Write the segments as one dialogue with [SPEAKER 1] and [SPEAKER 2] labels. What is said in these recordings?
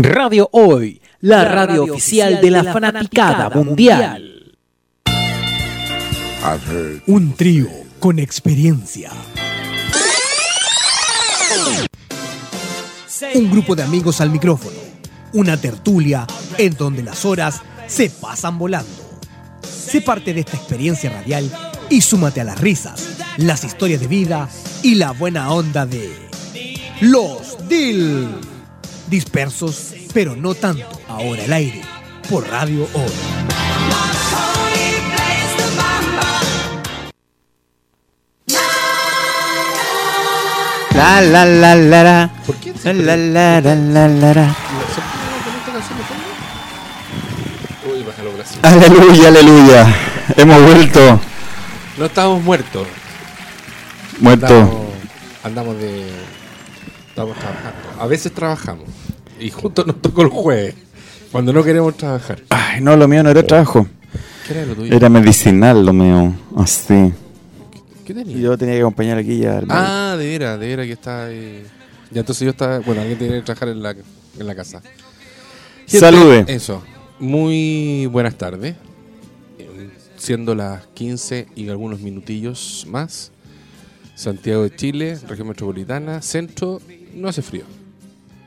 [SPEAKER 1] Radio Hoy, la, radio, oficial de la fanaticada mundial.
[SPEAKER 2] I've heard.
[SPEAKER 3] Un trío con experiencia. Un grupo de amigos al micrófono. Una tertulia en donde las horas se pasan volando. Sé parte de esta experiencia radial y súmate a las risas, las historias de vida y la buena onda de Los Dil. Dispersos, pero no tanto. Ahora el aire por Radio Hoy.
[SPEAKER 4] La la la la la.
[SPEAKER 2] ¿Por qué se
[SPEAKER 4] La la la la la la. la.
[SPEAKER 2] Uy, bájalo, gracias.
[SPEAKER 4] Aleluya, aleluya. Hemos vuelto.
[SPEAKER 2] No estamos muertos.
[SPEAKER 4] Muerto.
[SPEAKER 2] Andamos, andamos de. Estamos trabajando. A veces trabajamos. Y juntos nos tocó el jueves. Cuando no queremos trabajar.
[SPEAKER 4] Ay, no, lo mío no era trabajo.
[SPEAKER 2] ¿Qué era lo tuyo?
[SPEAKER 4] Era medicinal lo mío. Así.
[SPEAKER 2] ¿Qué
[SPEAKER 4] Y
[SPEAKER 2] tenía?
[SPEAKER 4] yo tenía que acompañar aquí ya. al-
[SPEAKER 2] Ah, de veras, de veras que está. ahí. Ya entonces yo estaba. Bueno, alguien tiene que trabajar en la, en la casa. Gente,
[SPEAKER 4] Salude.
[SPEAKER 2] Eso. Muy buenas tardes. Eh, Siendo las 15 y algunos minutillos más. Santiago de Chile, región metropolitana, centro. No hace frío.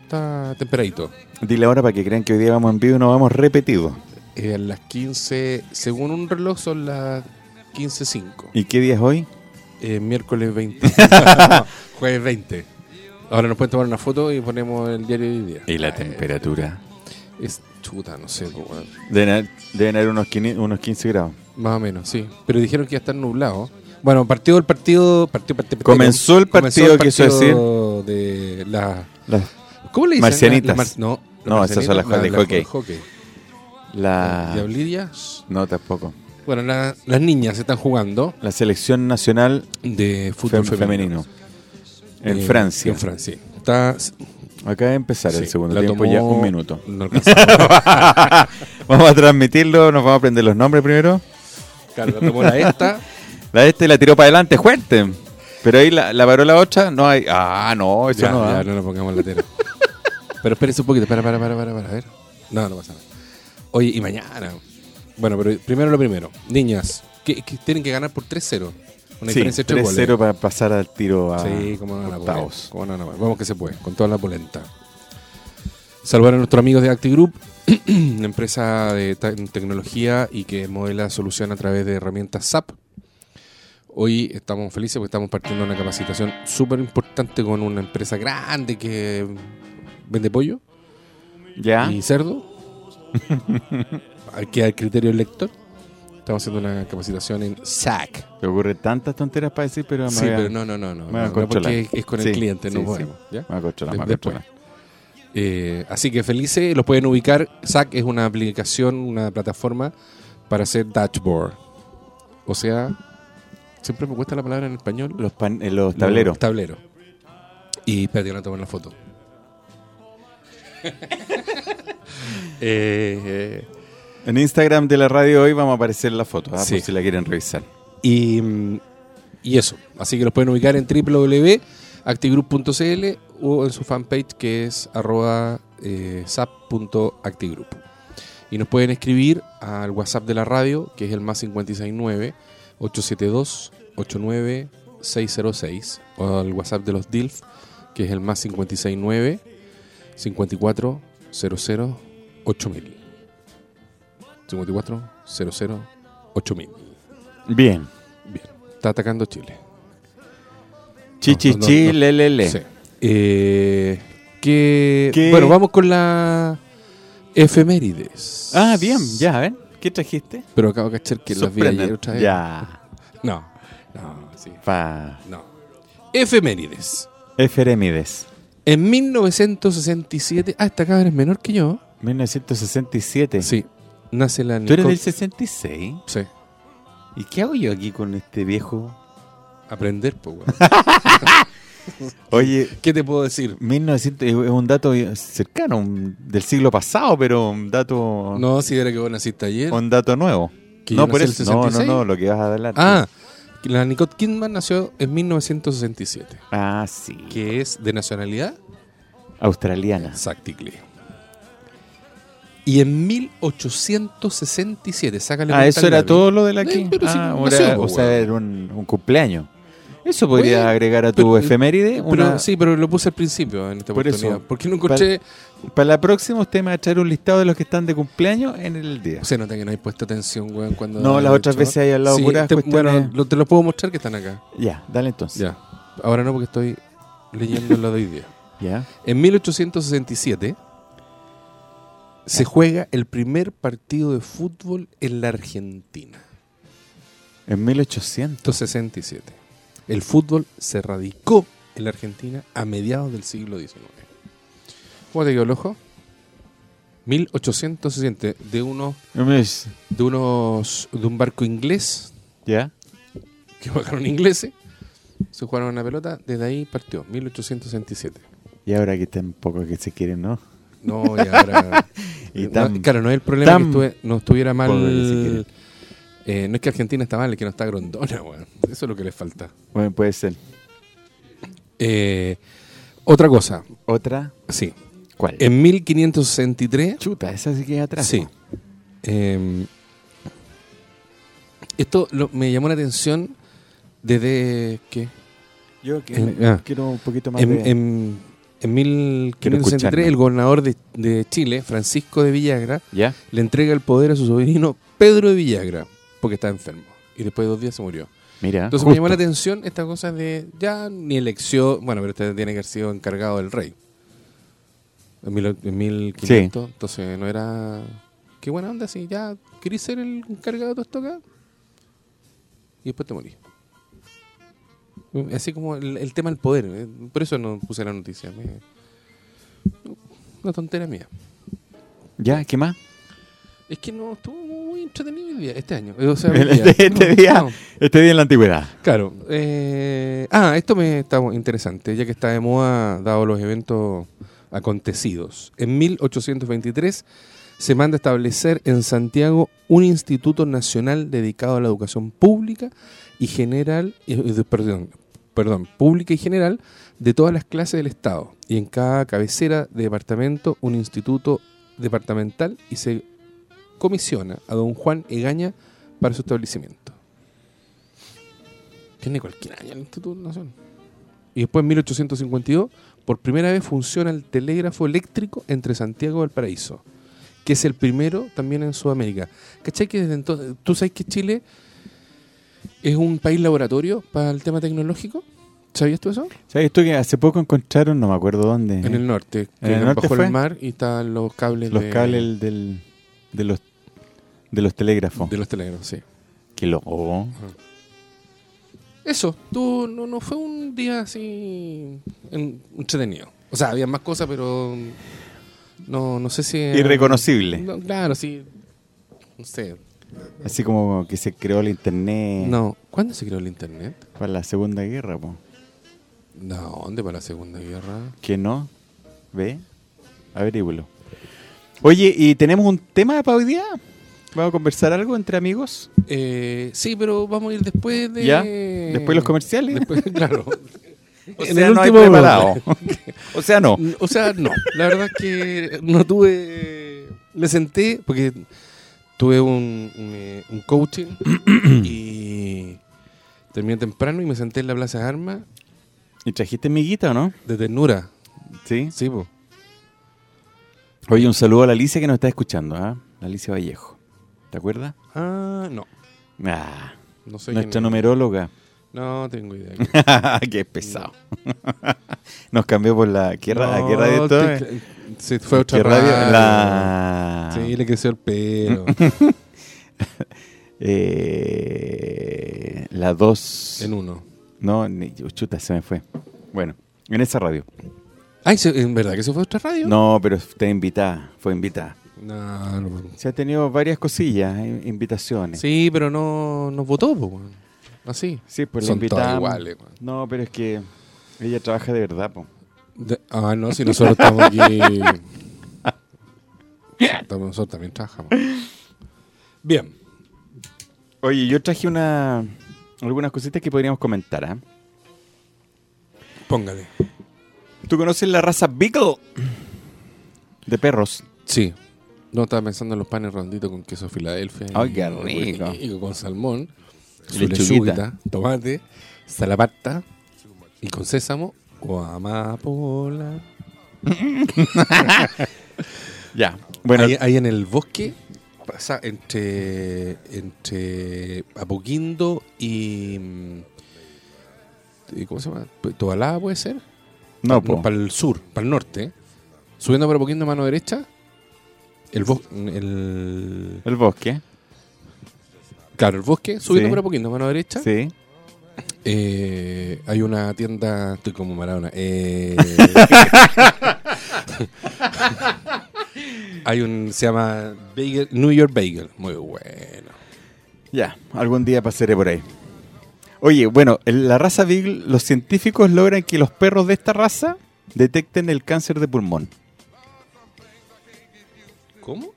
[SPEAKER 2] Está temperadito.
[SPEAKER 4] Dile ahora para que crean que hoy día vamos en vivo y no vamos repetido.
[SPEAKER 2] Eh, a las 15, según un reloj, son las 15.05.
[SPEAKER 4] ¿Y qué día es hoy?
[SPEAKER 2] Eh, miércoles 20. jueves 20. Ahora nos pueden tomar una foto y ponemos el diario de hoy día. Eh,
[SPEAKER 4] temperatura.
[SPEAKER 2] Es chuta, no sé. po, weón.
[SPEAKER 4] Deben haber, deben haber unos, 15, unos 15 grados.
[SPEAKER 2] Más o menos, sí. Pero dijeron que ya están nublados. Bueno, partido el partido. partido, partido
[SPEAKER 4] Comenzó el partido, quiso
[SPEAKER 2] partido De la,
[SPEAKER 4] La,
[SPEAKER 2] ¿Cómo le dicen?
[SPEAKER 4] Marcianitas.
[SPEAKER 2] La- la mar- no, la
[SPEAKER 4] No, esas son las
[SPEAKER 2] marcianitas,
[SPEAKER 4] cuales de Ah.
[SPEAKER 2] la- la-
[SPEAKER 4] la-
[SPEAKER 2] Diablillas.
[SPEAKER 4] no, tampoco.
[SPEAKER 2] Bueno, la- las niñas están jugando
[SPEAKER 4] La selección nacional
[SPEAKER 2] de
[SPEAKER 4] fem-
[SPEAKER 2] fútbol femenino.
[SPEAKER 4] femenino. En
[SPEAKER 2] Eh,
[SPEAKER 4] Francia.
[SPEAKER 2] En Francia. sí. Está,
[SPEAKER 4] Acaba de empezar el
[SPEAKER 2] sí,
[SPEAKER 4] segundo
[SPEAKER 2] la
[SPEAKER 4] tiempo,
[SPEAKER 2] tomó-
[SPEAKER 4] ya un minuto.
[SPEAKER 2] No alcanzamos.
[SPEAKER 4] vamos a transmitirlo, nos vamos a aprender los nombres primero.
[SPEAKER 2] Claro, la tomó la esta.
[SPEAKER 4] La de este la tiró para adelante, fuerte. Pero ahí la, la paró la otra, no hay. Ah, no, eso
[SPEAKER 2] pues Ya,
[SPEAKER 4] no.
[SPEAKER 2] ya,
[SPEAKER 4] da.
[SPEAKER 2] no nos pongamos la tela. pero espérense un poquito, para, para, para, para, para, a ver. No, no pasa nada. Oye, y mañana. Bueno, pero primero lo primero. Niñas, que, que tienen que ganar por 3-0. Una
[SPEAKER 4] Sí,
[SPEAKER 2] diferencia de tres
[SPEAKER 4] 3-0 para pasar al tiro a
[SPEAKER 2] goles. Sí, como no van a poder,
[SPEAKER 4] Ah, octavos.
[SPEAKER 2] cómo no van a poder. Vamos que se puede, con toda la polenta. Saludar a nuestros amigos de ActiGroup, una empresa de ta- tecnología y que modela solución a través de herramientas SAP. Hoy estamos felices porque estamos partiendo una capacitación súper importante con una empresa grande que vende pollo
[SPEAKER 4] Ya.
[SPEAKER 2] y cerdo. Hay que al criterio del lector. Estamos haciendo una capacitación en SAC.
[SPEAKER 4] Te ocurren tantas tonteras para decir, pero me
[SPEAKER 2] Sí,
[SPEAKER 4] voy a-
[SPEAKER 2] pero no, no, no, no.
[SPEAKER 4] me voy a
[SPEAKER 2] no, no,
[SPEAKER 4] controlar.
[SPEAKER 2] porque es con el
[SPEAKER 4] Sí,
[SPEAKER 2] cliente, no
[SPEAKER 4] sí, sí.
[SPEAKER 2] podemos. ¿ya?
[SPEAKER 4] me voy a controlar, me voy a
[SPEAKER 2] Después.
[SPEAKER 4] controlar.
[SPEAKER 2] Eh, así que felices, los pueden ubicar. SAC es una aplicación, una plataforma para hacer dashboard. O sea, siempre me cuesta la palabra en español.
[SPEAKER 4] Los, pan- eh, los tableros.
[SPEAKER 2] Tablero. Y espérate, van a tomar la foto. Eh, eh,
[SPEAKER 4] En Instagram de la radio hoy vamos a aparecer la foto, ah,
[SPEAKER 2] Sí.
[SPEAKER 4] por si la quieren revisar.
[SPEAKER 2] y, mm, y eso. Así que los pueden ubicar en www.actigroup.cl o en su fanpage que es arroba eh, sap.actigroup. Y nos pueden escribir al WhatsApp de la radio, que es el más 569-872-89606, o al WhatsApp de los DILF, que es el más 569-5400-8000. 5400-8000.
[SPEAKER 4] Bien.
[SPEAKER 2] Bien. Está atacando Chile.
[SPEAKER 4] Chi, chi,
[SPEAKER 2] No, no,
[SPEAKER 4] chi,
[SPEAKER 2] no.
[SPEAKER 4] le, le, le.
[SPEAKER 2] Sí. Eh, que-
[SPEAKER 4] ¿Qué?
[SPEAKER 2] Bueno, vamos con la efemérides.
[SPEAKER 4] Ah, bien, ya, a ver. ¿Qué trajiste?
[SPEAKER 2] Pero acabo de cachar que las vi ayer
[SPEAKER 4] Sorpréndete.
[SPEAKER 2] otra vez.
[SPEAKER 4] Ya.
[SPEAKER 2] No, no, sí,
[SPEAKER 4] Pa.
[SPEAKER 2] no. Efemérides.
[SPEAKER 4] Eferémides.
[SPEAKER 2] En 1967. Ah, esta cabra es menor que yo.
[SPEAKER 4] 1967.
[SPEAKER 2] Sí. Nace la
[SPEAKER 4] ¿Tú eres
[SPEAKER 2] Nicole-
[SPEAKER 4] del 66?
[SPEAKER 2] Sí.
[SPEAKER 4] ¿Y qué hago yo aquí con este viejo?
[SPEAKER 2] Aprender, pues, weón.
[SPEAKER 4] Oye,
[SPEAKER 2] ¿Qué te puedo decir?
[SPEAKER 4] 1900 es un dato cercano, un- del siglo pasado, pero un dato
[SPEAKER 2] No, si era que vos naciste ayer.
[SPEAKER 4] un dato nuevo.
[SPEAKER 2] Que yo
[SPEAKER 4] No,
[SPEAKER 2] nací
[SPEAKER 4] por
[SPEAKER 2] el
[SPEAKER 4] eso. No, no,
[SPEAKER 2] 66.
[SPEAKER 4] no, lo que vas a hablar.
[SPEAKER 2] Ah, la Nicole Kidman nació en 1967.
[SPEAKER 4] Ah, sí.
[SPEAKER 2] que es de nacionalidad
[SPEAKER 4] Australiana.
[SPEAKER 2] Exacticle. Y en 1867, sácale
[SPEAKER 4] Ah,
[SPEAKER 2] vuelta
[SPEAKER 4] eso
[SPEAKER 2] al
[SPEAKER 4] era
[SPEAKER 2] lápiz.
[SPEAKER 4] todo lo de la
[SPEAKER 2] Eh,
[SPEAKER 4] King.
[SPEAKER 2] pero sí,
[SPEAKER 4] Ah,
[SPEAKER 2] nació,
[SPEAKER 4] era-
[SPEAKER 2] po,
[SPEAKER 4] o sea,
[SPEAKER 2] weón.
[SPEAKER 4] era un, un cumpleaños. Eso podría
[SPEAKER 2] Bueno,
[SPEAKER 4] agregar a tu
[SPEAKER 2] pero-
[SPEAKER 4] efeméride.
[SPEAKER 2] Pero,
[SPEAKER 4] una-
[SPEAKER 2] sí, pero lo puse al principio en esta
[SPEAKER 4] Por eso.
[SPEAKER 2] oportunidad. Porque no encontré.
[SPEAKER 4] Para la próxima usted me va a traer un listado de los que están de cumpleaños en el día.
[SPEAKER 2] O sea, nota que no hay puesto atención, weón. Cuando
[SPEAKER 4] No, las otras veces hay al lado puras
[SPEAKER 2] te-
[SPEAKER 4] cuestiones-
[SPEAKER 2] Bueno, lo- te los puedo mostrar que están acá.
[SPEAKER 4] Ya, dale entonces.
[SPEAKER 2] Ya. Ahora no, porque estoy leyendo lo de hoy día.
[SPEAKER 4] Ya.
[SPEAKER 2] En 1867 se juega el primer partido de fútbol en la Argentina.
[SPEAKER 4] En 1800.
[SPEAKER 2] 1867. El fútbol se radicó en la Argentina a mediados del siglo XIX. ¿Cómo te quedó el ojo? 1867, de unos,
[SPEAKER 4] En 1800.
[SPEAKER 2] de unos, de un barco inglés,
[SPEAKER 4] Ya.
[SPEAKER 2] que bajaron ingleses, se jugaron una pelota, desde ahí partió, 1867.
[SPEAKER 4] Y ahora que tampoco que se quieren, ¿no?
[SPEAKER 2] No, y ahora.
[SPEAKER 4] Y
[SPEAKER 2] No,
[SPEAKER 4] tan-
[SPEAKER 2] claro, no es el problema que
[SPEAKER 4] tan
[SPEAKER 2] estuve- no estuviera
[SPEAKER 4] pobre que se quiere.
[SPEAKER 2] mal. eh, no es que Argentina está mal, es que no está grondona, weón. Eso es lo que le falta.
[SPEAKER 4] Bueno, puede ser.
[SPEAKER 2] Eh, otra cosa,
[SPEAKER 4] ¿Otra?
[SPEAKER 2] sí.
[SPEAKER 4] ¿Cuál?
[SPEAKER 2] En 1563.
[SPEAKER 4] Chuta, esa sí queda atrás.
[SPEAKER 2] Sí.
[SPEAKER 4] ¿no?
[SPEAKER 2] Eh, esto lo- me llamó la atención desde que.
[SPEAKER 4] Yo que-
[SPEAKER 2] En- ah.
[SPEAKER 4] quiero un poquito más
[SPEAKER 2] En,
[SPEAKER 4] de...
[SPEAKER 2] en- en
[SPEAKER 4] Quiero
[SPEAKER 2] 1563,
[SPEAKER 4] escucharme.
[SPEAKER 2] el gobernador de, de Chile, Francisco de Villagra,
[SPEAKER 4] ¿Ya?
[SPEAKER 2] le entrega el poder a su sobrino Pedro de Villagra, porque estaba enfermo. Y después de dos días se murió.
[SPEAKER 4] Mira.
[SPEAKER 2] Entonces me
[SPEAKER 4] justo.
[SPEAKER 2] llamó la atención estas cosas de ya ni elección. Bueno, pero este tiene que haber sido encargado del rey. En, mil, en 1500. Entonces no era. Qué buena onda, si ya querís ser el encargado de todo esto acá. Y después te morís. Así como el, el tema del poder. eh, Por eso no puse la noticia. me- Una tontera mía.
[SPEAKER 4] ¿Ya? ¿Qué más?
[SPEAKER 2] Es que no estuvo muy entretenido el día, este año. O sea, hoy día.
[SPEAKER 4] este,
[SPEAKER 2] No,
[SPEAKER 4] día,
[SPEAKER 2] no.
[SPEAKER 4] este día en la antigüedad.
[SPEAKER 2] Claro. eh, ah, esto me está bu- interesante, ya que está de moda, dado los eventos acontecidos. En 1823 se manda a establecer en Santiago un instituto nacional dedicado a la educación pública y general, y- y de- perdón, perdón, pública y general de todas las clases del Estado. Y en cada cabecera de departamento un instituto departamental y se comisiona a don Juan Egaña para su establecimiento. Tiene cualquier año el Instituto Nacional. Y después, en 1852, por primera vez funciona el telégrafo eléctrico entre Santiago y Valparaíso, que es el primero también en Sudamérica. ¿Cachai que desde entonces, tú sabes que Chile es un país laboratorio para el tema tecnológico? ¿Sabías tú eso?
[SPEAKER 4] ¿Sabes tú que hace poco encontraron, no me acuerdo dónde,
[SPEAKER 2] En el norte, que
[SPEAKER 4] ¿En el norte
[SPEAKER 2] bajo
[SPEAKER 4] fue?
[SPEAKER 2] el mar y están los cables,
[SPEAKER 4] los
[SPEAKER 2] de,
[SPEAKER 4] cables del, de los de los telégrafos?
[SPEAKER 2] de los telégrafos, sí.
[SPEAKER 4] Qué loco.
[SPEAKER 2] Eso, tú, no, no fue un día así en- entretenido. O sea, había más cosas, pero no, no sé si...
[SPEAKER 4] Irreconocible.
[SPEAKER 2] Eh, No, claro, sí. No sé.
[SPEAKER 4] Así como que se creó el internet
[SPEAKER 2] No, ¿cuándo se creó el Internet?
[SPEAKER 4] para la Segunda Guerra, po.
[SPEAKER 2] No, ¿dónde para la Segunda Guerra?
[SPEAKER 4] ¿Que no? ¿Ve? Averíbulo. Oye, ¿y tenemos un tema para hoy día? ¿Vamos a conversar algo entre amigos?
[SPEAKER 2] Eh, sí, pero vamos a ir después de...
[SPEAKER 4] ¿Ya? ¿Después los comerciales?
[SPEAKER 2] Después, claro.
[SPEAKER 4] O
[SPEAKER 2] En
[SPEAKER 4] sea,
[SPEAKER 2] el
[SPEAKER 4] no hay
[SPEAKER 2] último
[SPEAKER 4] preparado. o sea, no.
[SPEAKER 2] O sea, no. La verdad es que no tuve. Me senté porque tuve un, un, eh, un coaching y terminé temprano y me senté en la Plaza de Armas
[SPEAKER 4] ¿Y trajiste miguita o no?
[SPEAKER 2] de ternura.
[SPEAKER 4] Sí.
[SPEAKER 2] Sí, po.
[SPEAKER 4] Oye, un saludo a la Alicia que nos está escuchando, ¿ah? La Alicia Vallejo. ¿Te acuerdas?
[SPEAKER 2] Ah, no.
[SPEAKER 4] Ah,
[SPEAKER 2] No sé
[SPEAKER 4] nuestra
[SPEAKER 2] quién-
[SPEAKER 4] numeróloga.
[SPEAKER 2] No tengo idea. quién-
[SPEAKER 4] Qué pesado. Nos cambió por la... ¿Qué, ra-
[SPEAKER 2] No,
[SPEAKER 4] qué radio esto
[SPEAKER 2] te-
[SPEAKER 4] es?
[SPEAKER 2] Sí, fue otra
[SPEAKER 4] ¿Qué radio?
[SPEAKER 2] radio.
[SPEAKER 4] La...
[SPEAKER 2] Sí, le creció el pelo.
[SPEAKER 4] Eh, la 2.
[SPEAKER 2] en uno.
[SPEAKER 4] No, ni- chuta, se me fue. Bueno, en esa radio.
[SPEAKER 2] Ay, ¿se- ¿en verdad que se fue a otra radio?
[SPEAKER 4] No, pero está invitada, fue invitada.
[SPEAKER 2] No, no.
[SPEAKER 4] Se ha tenido varias cosillas, in- invitaciones.
[SPEAKER 2] Sí, pero no nos votó, po, weón. Así.
[SPEAKER 4] Sí, pues la
[SPEAKER 2] Son
[SPEAKER 4] invitamos.
[SPEAKER 2] todas iguales, man.
[SPEAKER 4] No, pero es que ella trabaja de verdad, po.
[SPEAKER 2] De- ah, no, si nosotros estamos aquí. Estamos- nosotros también trabajamos. Bien.
[SPEAKER 4] Oye, yo traje una algunas cositas que podríamos comentar, ¿ah?
[SPEAKER 2] Póngale.
[SPEAKER 4] ¿Tú conoces la raza Beagle? De perros.
[SPEAKER 2] Sí. No, estaba pensando en los panes ronditos con queso Filadelfia.
[SPEAKER 4] Ay,
[SPEAKER 2] y-
[SPEAKER 4] qué rico.
[SPEAKER 2] y Con salmón, su
[SPEAKER 4] Lechuguita.
[SPEAKER 2] lechuguita, tomate, salapata y con sésamo o amapola.
[SPEAKER 4] Ya. Bueno,
[SPEAKER 2] ahí, ahí en el bosque, pasa entre, entre Apoquindo y... mm, y ¿Cómo se llama? Pues, ¿Tobalá puede ser?
[SPEAKER 4] no,
[SPEAKER 2] No,
[SPEAKER 4] po.
[SPEAKER 2] para el sur, para el norte. Subiendo por Apoquindo, mano derecha, el bosque... El...
[SPEAKER 4] el bosque.
[SPEAKER 2] Claro, el bosque, subiendo
[SPEAKER 4] Sí.
[SPEAKER 2] por Apoquindo, mano derecha.
[SPEAKER 4] Sí.
[SPEAKER 2] Eh, hay una tienda, estoy como Maradona. eh, hay un, se llama Bagel- New York Bagel, muy bueno.
[SPEAKER 4] Ya, algún día pasaré por ahí. Oye, bueno, en la raza Beagle, los científicos logran que los perros de esta raza detecten el cáncer de pulmón.
[SPEAKER 2] ¿Cómo?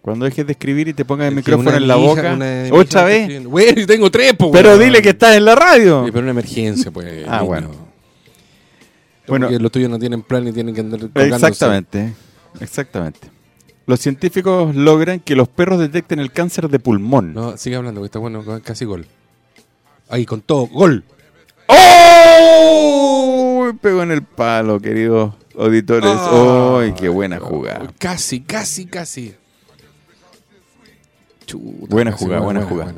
[SPEAKER 4] Cuando dejes de escribir y te pongas el micrófono en la boca. ¿Otra vez?
[SPEAKER 2] Bueno, y tengo tres, po,
[SPEAKER 4] Pero
[SPEAKER 2] weón.
[SPEAKER 4] dile que estás en la radio.
[SPEAKER 2] Sí, pero una emergencia, pues.
[SPEAKER 4] Ah,
[SPEAKER 2] niño.
[SPEAKER 4] bueno.
[SPEAKER 2] Porque
[SPEAKER 4] Bueno,
[SPEAKER 2] los tuyos no tienen plan y tienen que andar colgándose.
[SPEAKER 4] exactamente. Exactamente. Los científicos logran que los perros detecten el cáncer de pulmón.
[SPEAKER 2] No, sigue hablando, que está bueno, casi gol. Ahí, con todo, gol.
[SPEAKER 4] ¡Oh! Pegó en el palo, queridos auditores. ¡Ay,
[SPEAKER 2] Ah,
[SPEAKER 4] qué buena jugada!
[SPEAKER 2] Casi, casi, casi. Chuta,
[SPEAKER 4] Buena
[SPEAKER 2] casi,
[SPEAKER 4] jugada, buena jugada.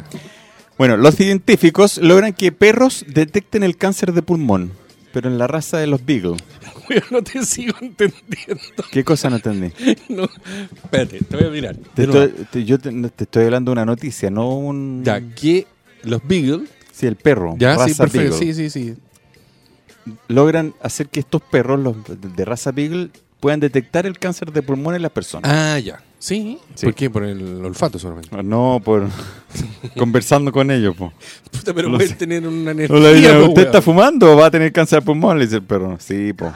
[SPEAKER 4] Bueno, los científicos logran que perros detecten el cáncer de pulmón, pero en la raza de los beagles.
[SPEAKER 2] Weón, no te sigo entendiendo.
[SPEAKER 4] ¿Qué cosa no entendí?
[SPEAKER 2] No. Espérate, te voy a mirar.
[SPEAKER 4] Te
[SPEAKER 2] De nuevo.
[SPEAKER 4] estoy- te- yo te, no, te estoy hablando de una noticia, no un...
[SPEAKER 2] Ya, que los Beagles.
[SPEAKER 4] Sí, el perro.
[SPEAKER 2] Ya,
[SPEAKER 4] raza
[SPEAKER 2] sí, perfecto.
[SPEAKER 4] beagle.
[SPEAKER 2] Sí, sí, sí.
[SPEAKER 4] Logran hacer que estos perros los de de raza beagle puedan detectar el cáncer de pulmón en las personas.
[SPEAKER 2] Ah, ya. Sí.
[SPEAKER 4] Sí.
[SPEAKER 2] ¿Por qué? Por el olfato solamente.
[SPEAKER 4] No, por conversando con ellos. po.
[SPEAKER 2] Puta, pero
[SPEAKER 4] No
[SPEAKER 2] puedes
[SPEAKER 4] sé.
[SPEAKER 2] tener una
[SPEAKER 4] No le
[SPEAKER 2] energía.
[SPEAKER 4] dicen,
[SPEAKER 2] po,
[SPEAKER 4] ¿usted
[SPEAKER 2] weón.
[SPEAKER 4] está fumando o va a tener cáncer de pulmón? Le dice el perro. Sí, po.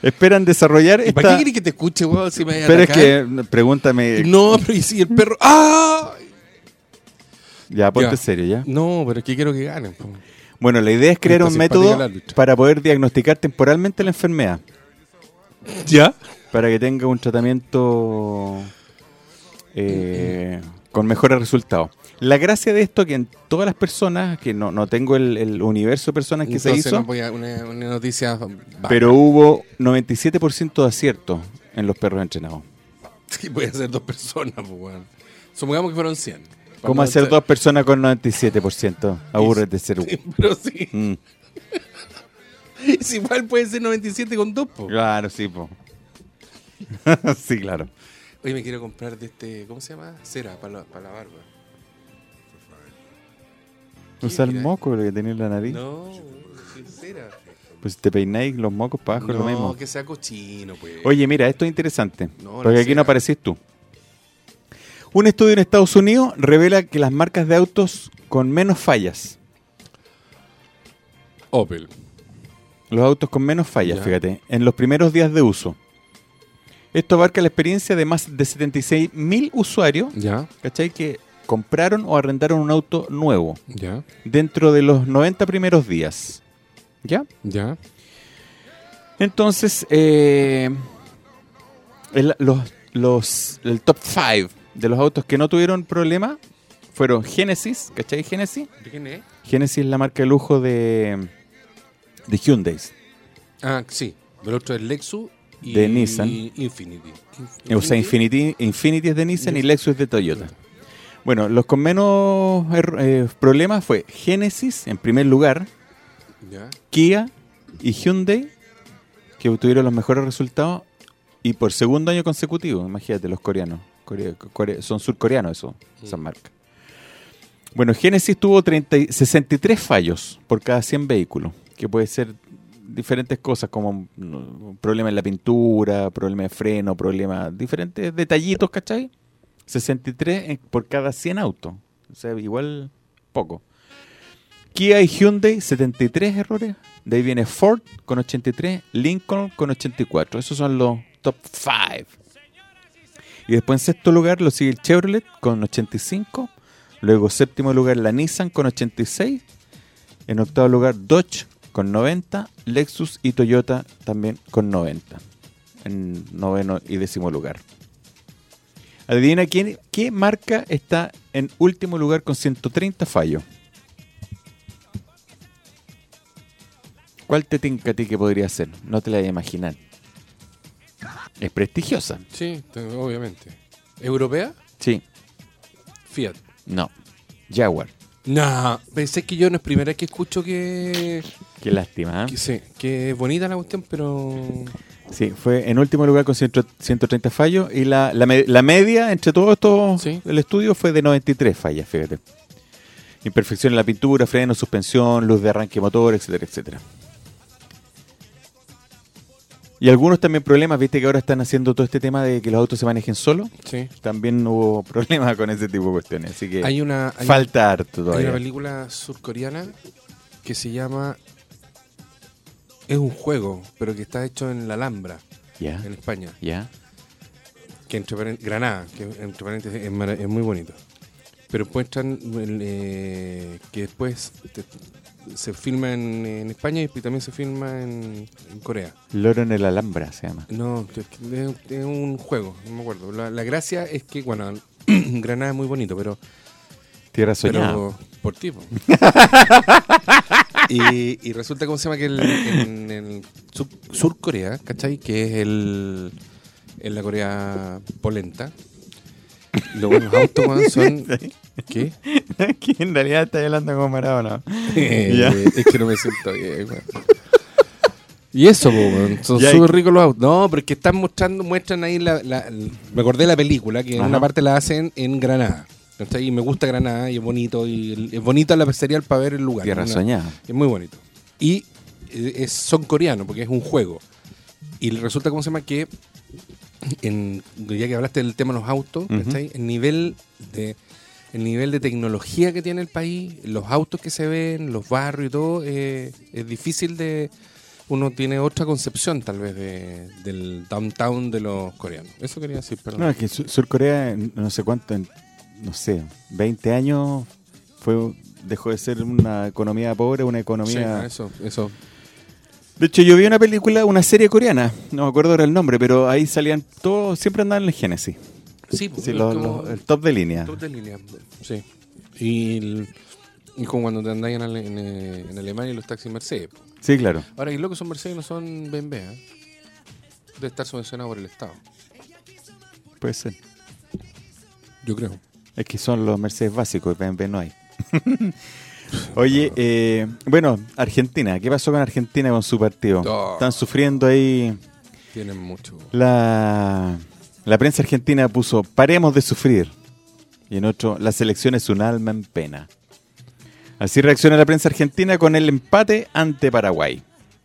[SPEAKER 4] Esperan desarrollar
[SPEAKER 2] ¿Y ¿Para qué
[SPEAKER 4] esta...
[SPEAKER 2] quieres que te escuche, weón? Si me vaya a
[SPEAKER 4] Pero es
[SPEAKER 2] atacar?
[SPEAKER 4] que, eh, pregúntame,
[SPEAKER 2] No, pero y si el perro. ¡Ah!
[SPEAKER 4] ya ponte
[SPEAKER 2] Ya.
[SPEAKER 4] serio ya.
[SPEAKER 2] No, pero es que quiero que ganen. po.
[SPEAKER 4] Bueno, la idea es crear
[SPEAKER 2] Está
[SPEAKER 4] un
[SPEAKER 2] simpática
[SPEAKER 4] método
[SPEAKER 2] la lucha.
[SPEAKER 4] para poder diagnosticar temporalmente la enfermedad,
[SPEAKER 2] ¿Ya?
[SPEAKER 4] para que tenga un tratamiento eh, con mejores resultados. La gracia de esto que en todas las personas, que no, no tengo el, el universo de personas que
[SPEAKER 2] Entonces
[SPEAKER 4] se hizo,
[SPEAKER 2] no voy a- una, una noticia. va.
[SPEAKER 4] pero hubo 97% de acierto en los perros entrenados.
[SPEAKER 2] Sí, voy a ser dos personas, pues, weón. Supongamos que fueron 100.
[SPEAKER 4] ¿Cómo
[SPEAKER 2] Vamos a
[SPEAKER 4] hacer dos personas con 97%? Aburres de ser...
[SPEAKER 2] Sí, pero sí.
[SPEAKER 4] Mm.
[SPEAKER 2] Es igual puede ser 97 con dos, po.
[SPEAKER 4] Claro, sí, po. sí, claro.
[SPEAKER 2] Hoy me quiero comprar de este. ¿Cómo se llama? Cera para la, para la barba.
[SPEAKER 4] Usar
[SPEAKER 2] mira.
[SPEAKER 4] moco lo que tenía en la nariz.
[SPEAKER 2] No, sí, cera.
[SPEAKER 4] Pues si te peináis los mocos para abajo es lo mismo.
[SPEAKER 2] No, que sea cochino, pues.
[SPEAKER 4] Oye, mira, esto es interesante.
[SPEAKER 2] No, no
[SPEAKER 4] porque aquí
[SPEAKER 2] sea.
[SPEAKER 4] no aparecís tú. Un estudio en Estados Unidos revela que las marcas de autos con menos fallas,
[SPEAKER 2] Opel.
[SPEAKER 4] los autos con menos fallas,
[SPEAKER 2] Ya.
[SPEAKER 4] fíjate, en los primeros días de uso. Esto abarca la experiencia de más de 76 mil usuarios,
[SPEAKER 2] Ya,
[SPEAKER 4] ¿cachai? Que compraron o arrendaron un auto nuevo
[SPEAKER 2] ya,
[SPEAKER 4] dentro de los 90 primeros días. ¿Ya?
[SPEAKER 2] ya.
[SPEAKER 4] Entonces, eh, el, los, los- el top 5 de los autos que no tuvieron problema fueron Genesis, ¿cachai Genesis?
[SPEAKER 2] ¿Quién es?
[SPEAKER 4] Genesis es la marca de lujo de, de Hyundai.
[SPEAKER 2] Ah, sí. Del otro es Lexus y
[SPEAKER 4] De Nissan.
[SPEAKER 2] Infinity.
[SPEAKER 4] O sea, Infinity, Infinity es de Nissan y Lexus es de Toyota. Bueno, los con menos erro- eh, problemas fue Genesis en primer lugar,
[SPEAKER 2] Ya.
[SPEAKER 4] Kia y Hyundai, que obtuvieron los mejores resultados y por segundo año consecutivo, imagínate, los coreanos. Corea- Corea- son surcoreanos eso, esas marcas. Bueno, Genesis tuvo 30 y- 63 fallos por cada 100 vehículos, que puede ser diferentes cosas como no, un problema en la pintura, problema de freno, problema, diferentes detallitos, ¿cachai? 63 en- por cada 100 autos, o sea, igual poco. Kia y Hyundai, 73 errores. De ahí viene Ford con 83, Lincoln con 84. Esos son los top 5. Y después en sexto lugar lo sigue el Chevrolet con 85. Luego séptimo lugar la Nissan con 86. En octavo lugar Dodge con 90. Lexus y Toyota también con 90. En noveno y décimo lugar. Adivina quién, qué marca está en último lugar con 130 fallos. ¿Cuál te tinca a ti que podría ser? No te la voy a imaginar. Es prestigiosa.
[SPEAKER 2] Sí, te- obviamente. ¿Europea?
[SPEAKER 4] Sí.
[SPEAKER 2] Fiat.
[SPEAKER 4] No. Jaguar.
[SPEAKER 2] Nah, pensé que yo no es primera vez que escucho que.
[SPEAKER 4] Qué lástima. ¿eh?
[SPEAKER 2] que sí, que es bonita la cuestión, pero.
[SPEAKER 4] Sí, fue en último lugar con 100 130 fallos y la, la, me- la media entre todos estos,
[SPEAKER 2] Sí.
[SPEAKER 4] el estudio fue de 93 fallas, fíjate. Imperfección en la pintura, freno, suspensión, luz de arranque motor, etcétera, etcétera. Y algunos también problemas, viste que ahora están haciendo todo este tema de que los autos se manejen solos.
[SPEAKER 2] Sí.
[SPEAKER 4] También hubo problemas con ese tipo de cuestiones, así que
[SPEAKER 2] Hay una. hay-
[SPEAKER 4] falta harto
[SPEAKER 2] hay una
[SPEAKER 4] todavía.
[SPEAKER 2] película surcoreana que se llama. Es un juego, pero que está hecho en la Alhambra,
[SPEAKER 4] Ya,
[SPEAKER 2] en España.
[SPEAKER 4] ya.
[SPEAKER 2] que entre paren- Granada, que entre paréntesis es, mara- es muy bonito. Pero encuentran eh, que después te- se filma en, en España y también se filma en, en Corea.
[SPEAKER 4] Loro en el Alhambra se llama.
[SPEAKER 2] No, es, que es un juego, no me acuerdo. La, la gracia es que, bueno, Granada es muy bonito, pero,
[SPEAKER 4] Tierra soñada.
[SPEAKER 2] pero por tipo. y, y resulta, ¿cómo se llama? Que el, en, en Sur, Sur Corea, ¿cachai? Que es el, en la Corea polenta. Los buenos autos weón, son... ¿Qué?
[SPEAKER 4] que en realidad está hablando como Maradona.
[SPEAKER 2] Eh,
[SPEAKER 4] Ya.
[SPEAKER 2] Es que no me siento bien, weón. Y eso, po, weón, son
[SPEAKER 4] Ya, y-
[SPEAKER 2] súper ricos los autos. No, pero es que están mostrando, muestran ahí la, la- la- Me acordé de la película, que en
[SPEAKER 4] Ajá.
[SPEAKER 2] una parte la hacen en Granada. ¿cachai? Y me gusta Granada y es bonito. Y el- es bonita la pizzería para ver el lugar.
[SPEAKER 4] Tierra
[SPEAKER 2] Una-
[SPEAKER 4] soñada.
[SPEAKER 2] Es muy bonito. Y eh, es- son coreanos, porque es un juego. Y resulta, ¿cómo se llama? Que en, ya que hablaste del tema de los autos,
[SPEAKER 4] Ujú.
[SPEAKER 2] ¿cachai? El nivel de el nivel de tecnología que tiene el país, los autos que se ven, los barrios y todo, eh, es difícil de... Uno tiene otra concepción tal vez de- del downtown de los coreanos. Eso quería decir, perdón.
[SPEAKER 4] No, es que Su- Sur Corea, en no sé cuánto, en, no sé, 20 años, fue dejó de ser una economía pobre, una
[SPEAKER 2] Sí,
[SPEAKER 4] economía...
[SPEAKER 2] eso, eso.
[SPEAKER 4] De hecho, yo vi una película, una serie coreana, no me acuerdo ahora el nombre, pero ahí salían todos, siempre andaban en el Génesis.
[SPEAKER 2] Sí, pues,
[SPEAKER 4] Sí,
[SPEAKER 2] es
[SPEAKER 4] los-
[SPEAKER 2] como-
[SPEAKER 4] los- el top de línea.
[SPEAKER 2] Top de línea, sí. Y, el- y como cuando te andáis en, Ale- en, eh, en Alemania y los taxis Mercedes. po.
[SPEAKER 4] Sí, claro.
[SPEAKER 2] Ahora, y lo que son Mercedes no son BMW, ¿eh? De estar subvencionado por el Estado.
[SPEAKER 4] Puede ser.
[SPEAKER 2] Yo creo.
[SPEAKER 4] Es que son los Mercedes básicos, y BMW no hay. Oye, eh, bueno, Argentina, ¿qué pasó con Argentina con su partido?
[SPEAKER 2] Oh.
[SPEAKER 4] Están sufriendo ahí
[SPEAKER 2] Tienen mucho.
[SPEAKER 4] La, la prensa argentina puso, paremos de sufrir. Y en otro, la selección es un alma en pena. Así reacciona la prensa argentina con el empate ante Paraguay.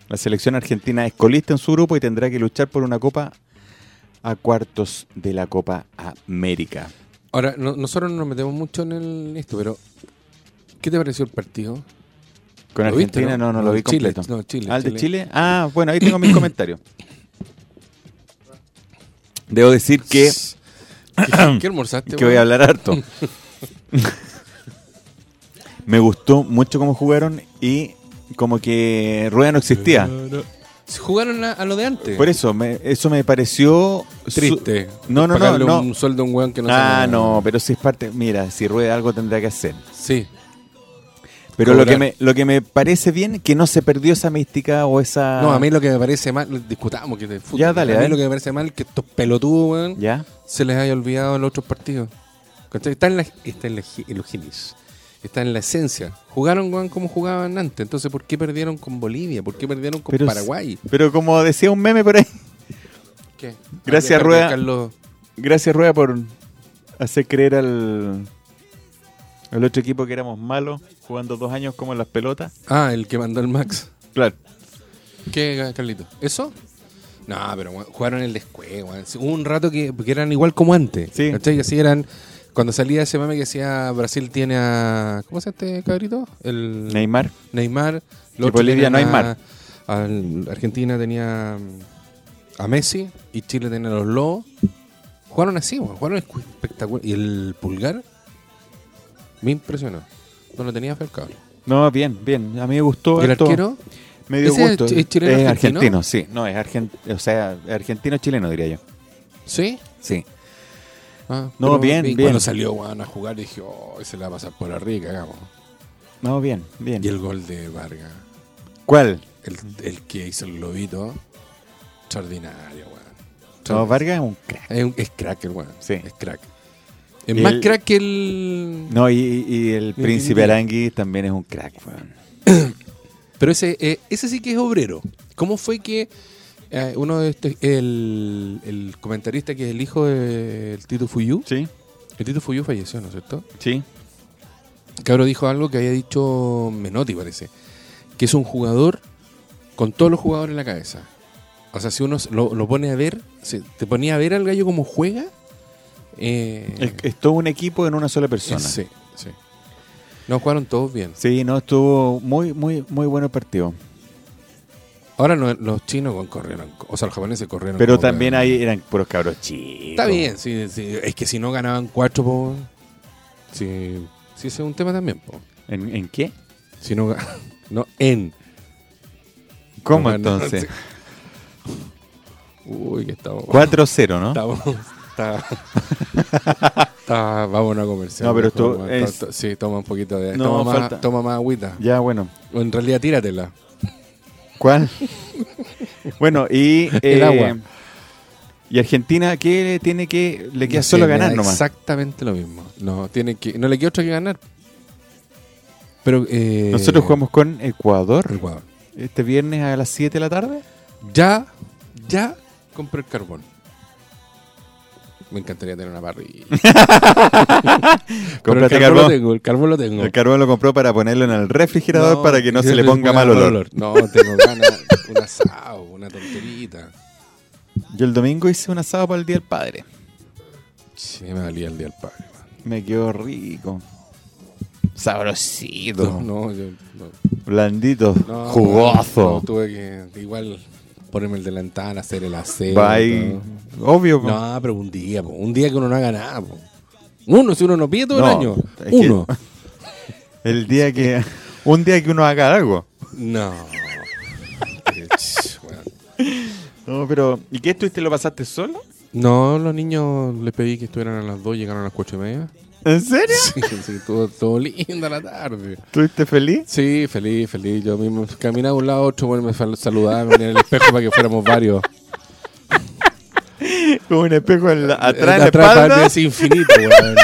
[SPEAKER 4] La selección argentina es colista en su grupo y tendrá que luchar por una copa a cuartos de la Copa América.
[SPEAKER 2] Ahora, no- nosotros no nos metemos mucho en el esto, pero ¿qué te pareció el partido?
[SPEAKER 4] Con
[SPEAKER 2] ¿Lo viste,
[SPEAKER 4] Argentina no? no, lo vi
[SPEAKER 2] Chile,
[SPEAKER 4] completo.
[SPEAKER 2] No, Chile.
[SPEAKER 4] ¿Al de Chile? Ah, bueno, ahí tengo mis comentarios. Debo decir que,
[SPEAKER 2] ¿Qué, qué almorzaste?
[SPEAKER 4] que voy a
[SPEAKER 2] weón?
[SPEAKER 4] hablar harto. Me gustó mucho cómo jugaron y como que Rueda no existía.
[SPEAKER 2] Se Jugaron a, a lo de antes.
[SPEAKER 4] Por eso, me- eso me pareció... su-
[SPEAKER 2] Triste.
[SPEAKER 4] No, no, no,
[SPEAKER 2] Pagarle
[SPEAKER 4] no.
[SPEAKER 2] un sueldo a un weón que no
[SPEAKER 4] ah,
[SPEAKER 2] sabe nada.
[SPEAKER 4] no, pero si es parte... Mira, si Rueda algo tendrá que hacer.
[SPEAKER 2] Sí.
[SPEAKER 4] Pero lo
[SPEAKER 2] Cobrar.
[SPEAKER 4] que, me, lo que me parece bien que no se perdió esa mística o esa...
[SPEAKER 2] No, a mí lo que me parece mal, discutamos que de fútbol.
[SPEAKER 4] Ya, dale,
[SPEAKER 2] a
[SPEAKER 4] a
[SPEAKER 2] mí
[SPEAKER 4] ver.
[SPEAKER 2] lo que me parece mal es que estos pelotudos, weón,
[SPEAKER 4] ¿Ya?
[SPEAKER 2] se les haya olvidado los otros partidos. ¿Cachai? Está en la, está en la gi- en los genes. Está en la esencia. Jugaron, weón, como jugaban antes. Entonces, ¿por qué perdieron con Bolivia? ¿Por qué perdieron con
[SPEAKER 4] Pero
[SPEAKER 2] Paraguay?
[SPEAKER 4] Pero como decía un meme por ahí,
[SPEAKER 2] ¿Qué?
[SPEAKER 4] Gracias,
[SPEAKER 2] Ah,
[SPEAKER 4] Rueda.
[SPEAKER 2] Carlos.
[SPEAKER 4] gracias Rueda por hacer creer al, al otro equipo que éramos malos jugando dos años como en las pelotas.
[SPEAKER 2] Ah, el que mandó el Max.
[SPEAKER 4] Claro.
[SPEAKER 2] ¿Qué, Carlito? ¿Eso? No, pero weón, jugaron el descuego. weón. Sí, Hubo un rato que, que eran igual como antes.
[SPEAKER 4] Sí.
[SPEAKER 2] ¿Cachai? Que así eran. Cuando salía ese meme que decía Brasil tiene a. ¿Cómo se llama este cabrito? El
[SPEAKER 4] Neymar.
[SPEAKER 2] Neymar.
[SPEAKER 4] Y Bolivia
[SPEAKER 2] tenían
[SPEAKER 4] no hay
[SPEAKER 2] a-
[SPEAKER 4] mar.
[SPEAKER 2] al- Argentina tenía mm, a Messi y Chile tenía a los Lobos. Jugaron así, weón, jugaron escu- espectacular. Y el pulgar me impresionó. No lo tenía Falcao.
[SPEAKER 4] No, bien, bien. A mí me gustó.
[SPEAKER 2] ¿Y el
[SPEAKER 4] harto.
[SPEAKER 2] arquero?
[SPEAKER 4] Me dio
[SPEAKER 2] ¿Ese es
[SPEAKER 4] gusto.
[SPEAKER 2] chi- es chileno
[SPEAKER 4] Es
[SPEAKER 2] argentino?
[SPEAKER 4] argentino, sí. No, es argentino, o sea, argentino-chileno diría yo.
[SPEAKER 2] ¿Sí?
[SPEAKER 4] Sí.
[SPEAKER 2] Ah,
[SPEAKER 4] No,
[SPEAKER 2] pero
[SPEAKER 4] bien, bien.
[SPEAKER 2] Cuando salió Juan a jugar, dije, oh, se la va a pasar por arriba, cagamos.
[SPEAKER 4] No, bien, bien.
[SPEAKER 2] Y el gol de Vargas,
[SPEAKER 4] ¿Cuál?
[SPEAKER 2] el, el que hizo el globito, extraordinario, weón.
[SPEAKER 4] No, Vargas es un crack.
[SPEAKER 2] Es, un- es crack el weón.
[SPEAKER 4] Sí.
[SPEAKER 2] Es crack. Es
[SPEAKER 4] Y
[SPEAKER 2] más
[SPEAKER 4] el-
[SPEAKER 2] crack que el.
[SPEAKER 4] No, y, y- y el príncipe Arangui también es un crack, weón.
[SPEAKER 2] Pero ese, eh, ese sí que es obrero. ¿Cómo fue que eh, uno de estos. El, el comentarista que es el hijo del Tito Fuyu.
[SPEAKER 4] Sí,
[SPEAKER 2] El Tito Fuyu falleció, ¿no es cierto?
[SPEAKER 4] sí.
[SPEAKER 2] Cabro dijo algo que había dicho Menotti, parece. Que es un jugador con todos los jugadores en la cabeza. O sea, si uno lo, lo pone a ver, se- te ponía a ver al gallo cómo juega. eh,
[SPEAKER 4] Es, es todo un equipo en una sola persona.
[SPEAKER 2] sí, sí. No jugaron todos bien.
[SPEAKER 4] Sí, no, estuvo muy, muy, muy bueno el partido.
[SPEAKER 2] Ahora no- los chinos con- corrieron, o sea, los japoneses corrieron.
[SPEAKER 4] Pero
[SPEAKER 2] como
[SPEAKER 4] también
[SPEAKER 2] que-
[SPEAKER 4] ahí eran puros cabros chicos.
[SPEAKER 2] Está bien, sí, sí. es que si no ganaban cuatro, po, sí, sí, ese es un tema también. po.
[SPEAKER 4] ¿En, en qué?
[SPEAKER 2] Si no, ga- no en.
[SPEAKER 4] ¿Cómo
[SPEAKER 2] No, no,
[SPEAKER 4] entonces?
[SPEAKER 2] sí. Uy, que estamos.
[SPEAKER 4] 4-0, ¿no?
[SPEAKER 2] Estamos. Está, está- vamos a una comercial.
[SPEAKER 4] No, pero
[SPEAKER 2] mejor,
[SPEAKER 4] esto
[SPEAKER 2] weón.
[SPEAKER 4] es-
[SPEAKER 2] To- to- Sí, toma un poquito de.
[SPEAKER 4] No,
[SPEAKER 2] toma,
[SPEAKER 4] falta.
[SPEAKER 2] más, toma más agüita.
[SPEAKER 4] Ya, bueno.
[SPEAKER 2] O en realidad, tíratela.
[SPEAKER 4] ¿Cuál? bueno, y. eh,
[SPEAKER 2] El agua.
[SPEAKER 4] ¿Y Argentina qué tiene que.? Le queda
[SPEAKER 2] No sé,
[SPEAKER 4] solo
[SPEAKER 2] me da
[SPEAKER 4] ganar nomás.
[SPEAKER 2] Exactamente lo mismo. No, tiene que, no le queda otra que ganar. Pero. eh,
[SPEAKER 4] Nosotros jugamos con Ecuador
[SPEAKER 2] Ecuador.
[SPEAKER 4] este viernes a las 7 de la tarde.
[SPEAKER 2] Ya, ya compré el carbón. Me encantaría tener una parrilla. Pero el
[SPEAKER 4] Cómprate
[SPEAKER 2] carbón,
[SPEAKER 4] carbón.
[SPEAKER 2] lo tengo, el carbón lo tengo.
[SPEAKER 4] El carbón lo compró para ponerlo en el refrigerador para que no se le
[SPEAKER 2] tengo
[SPEAKER 4] ponga
[SPEAKER 2] mal
[SPEAKER 4] mal olor.
[SPEAKER 2] No, tengo ganas, un asado, una tonterita.
[SPEAKER 4] Yo el domingo hice un asado para el Día del Padre.
[SPEAKER 2] Sí, me valía el día del padre. man.
[SPEAKER 4] Me quedó rico. Sabrosito.
[SPEAKER 2] No, no, yo, no,
[SPEAKER 4] Blandito.
[SPEAKER 2] no, no,
[SPEAKER 4] jugoso.
[SPEAKER 2] tuve que igual ponerme el delantal, hacer el aseo.
[SPEAKER 4] Bye.
[SPEAKER 2] todo.
[SPEAKER 4] Obvio. po.
[SPEAKER 2] No, pero un día, po, un día que uno no haga nada. po. Uno, si uno no pide todo
[SPEAKER 4] No,
[SPEAKER 2] el año.
[SPEAKER 4] es que-
[SPEAKER 2] Uno.
[SPEAKER 4] El día que. Un día que uno haga algo.
[SPEAKER 2] No. Eh, ch, weón.
[SPEAKER 4] No, pero. ¿Y qué estuviste? ¿Lo pasaste solo?
[SPEAKER 2] No, los niños les pedí que estuvieran a las 2, llegaron a las 4 y media.
[SPEAKER 4] ¿En serio?
[SPEAKER 2] Sí, sí, todo, todo lindo la tarde.
[SPEAKER 4] ¿Estuviste feliz?
[SPEAKER 2] Sí, feliz, feliz. Yo mismo caminaba de un lado a otro, bueno, me sal- saludaba, me ponía en el espejo para que fuéramos varios.
[SPEAKER 4] Con un espejo en la- atrás en la
[SPEAKER 2] Atrás, para mí
[SPEAKER 4] espalda.
[SPEAKER 2] es infinito, weón.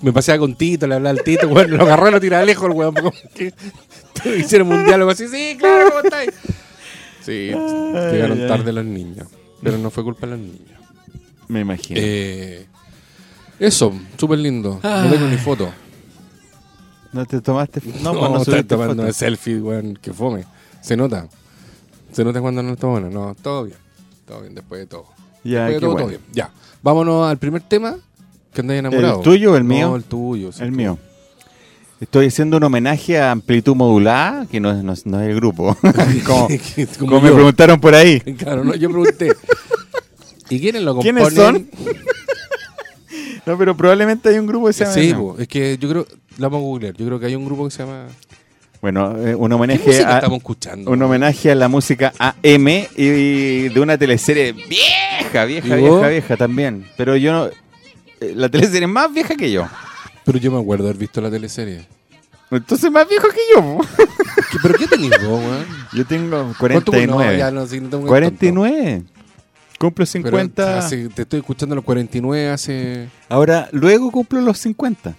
[SPEAKER 2] Me paseaba con Tito, le hablaba al Tito, weón, lo agarró y lo tiraba lejos, el weón. como que Hicieron un diálogo así, sí, claro, ¿cómo estáis? Sí, llegaron
[SPEAKER 4] ay.
[SPEAKER 2] tarde los niños, pero no fue culpa de los niños.
[SPEAKER 4] Me imagino.
[SPEAKER 2] Eh, eso, súper lindo.
[SPEAKER 4] Ah.
[SPEAKER 2] No tengo ni foto.
[SPEAKER 4] ¿No te tomaste.? No,
[SPEAKER 2] No,
[SPEAKER 4] pues no,
[SPEAKER 2] están
[SPEAKER 4] subiste
[SPEAKER 2] tomando
[SPEAKER 4] foto.
[SPEAKER 2] selfie, weón, que fome. Se nota. Se nota cuando no está bueno. No, todo bien. Todo bien, después de todo.
[SPEAKER 4] Ya,
[SPEAKER 2] después de
[SPEAKER 4] qué
[SPEAKER 2] todo,
[SPEAKER 4] bueno.
[SPEAKER 2] todo bien. Ya. Vámonos al primer tema que andáis enamorado.
[SPEAKER 4] ¿El tuyo o el mío?
[SPEAKER 2] No, el tuyo. sí,
[SPEAKER 4] El
[SPEAKER 2] tú.
[SPEAKER 4] mío. Estoy haciendo un homenaje a Amplitud Modulada, que no es, no es- no es el grupo. como
[SPEAKER 2] Que es como
[SPEAKER 4] como me
[SPEAKER 2] yo.
[SPEAKER 4] preguntaron por ahí.
[SPEAKER 2] Claro, no, yo pregunté. ¿Y quiénes lo componen? Eh,
[SPEAKER 4] ¿Quiénes son? No, pero probablemente hay un grupo que se llama.
[SPEAKER 2] Sí,
[SPEAKER 4] no.
[SPEAKER 2] po, es que yo creo, la vamos a googlear, yo creo que hay un grupo que se llama...
[SPEAKER 4] Bueno, eh, un
[SPEAKER 2] ¿Qué
[SPEAKER 4] homenaje
[SPEAKER 2] música
[SPEAKER 4] a,
[SPEAKER 2] estamos escuchando?
[SPEAKER 4] un homenaje a la música AM y de una teleserie vieja, vieja,
[SPEAKER 2] ¿Y
[SPEAKER 4] vieja,
[SPEAKER 2] vos?
[SPEAKER 4] vieja también. Pero yo no. eh, La teleserie es más vieja que yo.
[SPEAKER 2] Pero yo me acuerdo haber visto la teleserie.
[SPEAKER 4] Entonces más viejo que yo. po.
[SPEAKER 2] ¿Qué- ¿Pero qué tenés vos, weón?
[SPEAKER 4] Yo tengo
[SPEAKER 2] ¿Cuánto-
[SPEAKER 4] 49.
[SPEAKER 2] No, ya no, sí, no tengo que-
[SPEAKER 4] 49. Cumplo
[SPEAKER 2] Pero
[SPEAKER 4] 50.
[SPEAKER 2] hace- te estoy escuchando los 49 hace.
[SPEAKER 4] Ahora, luego cumplo los 50.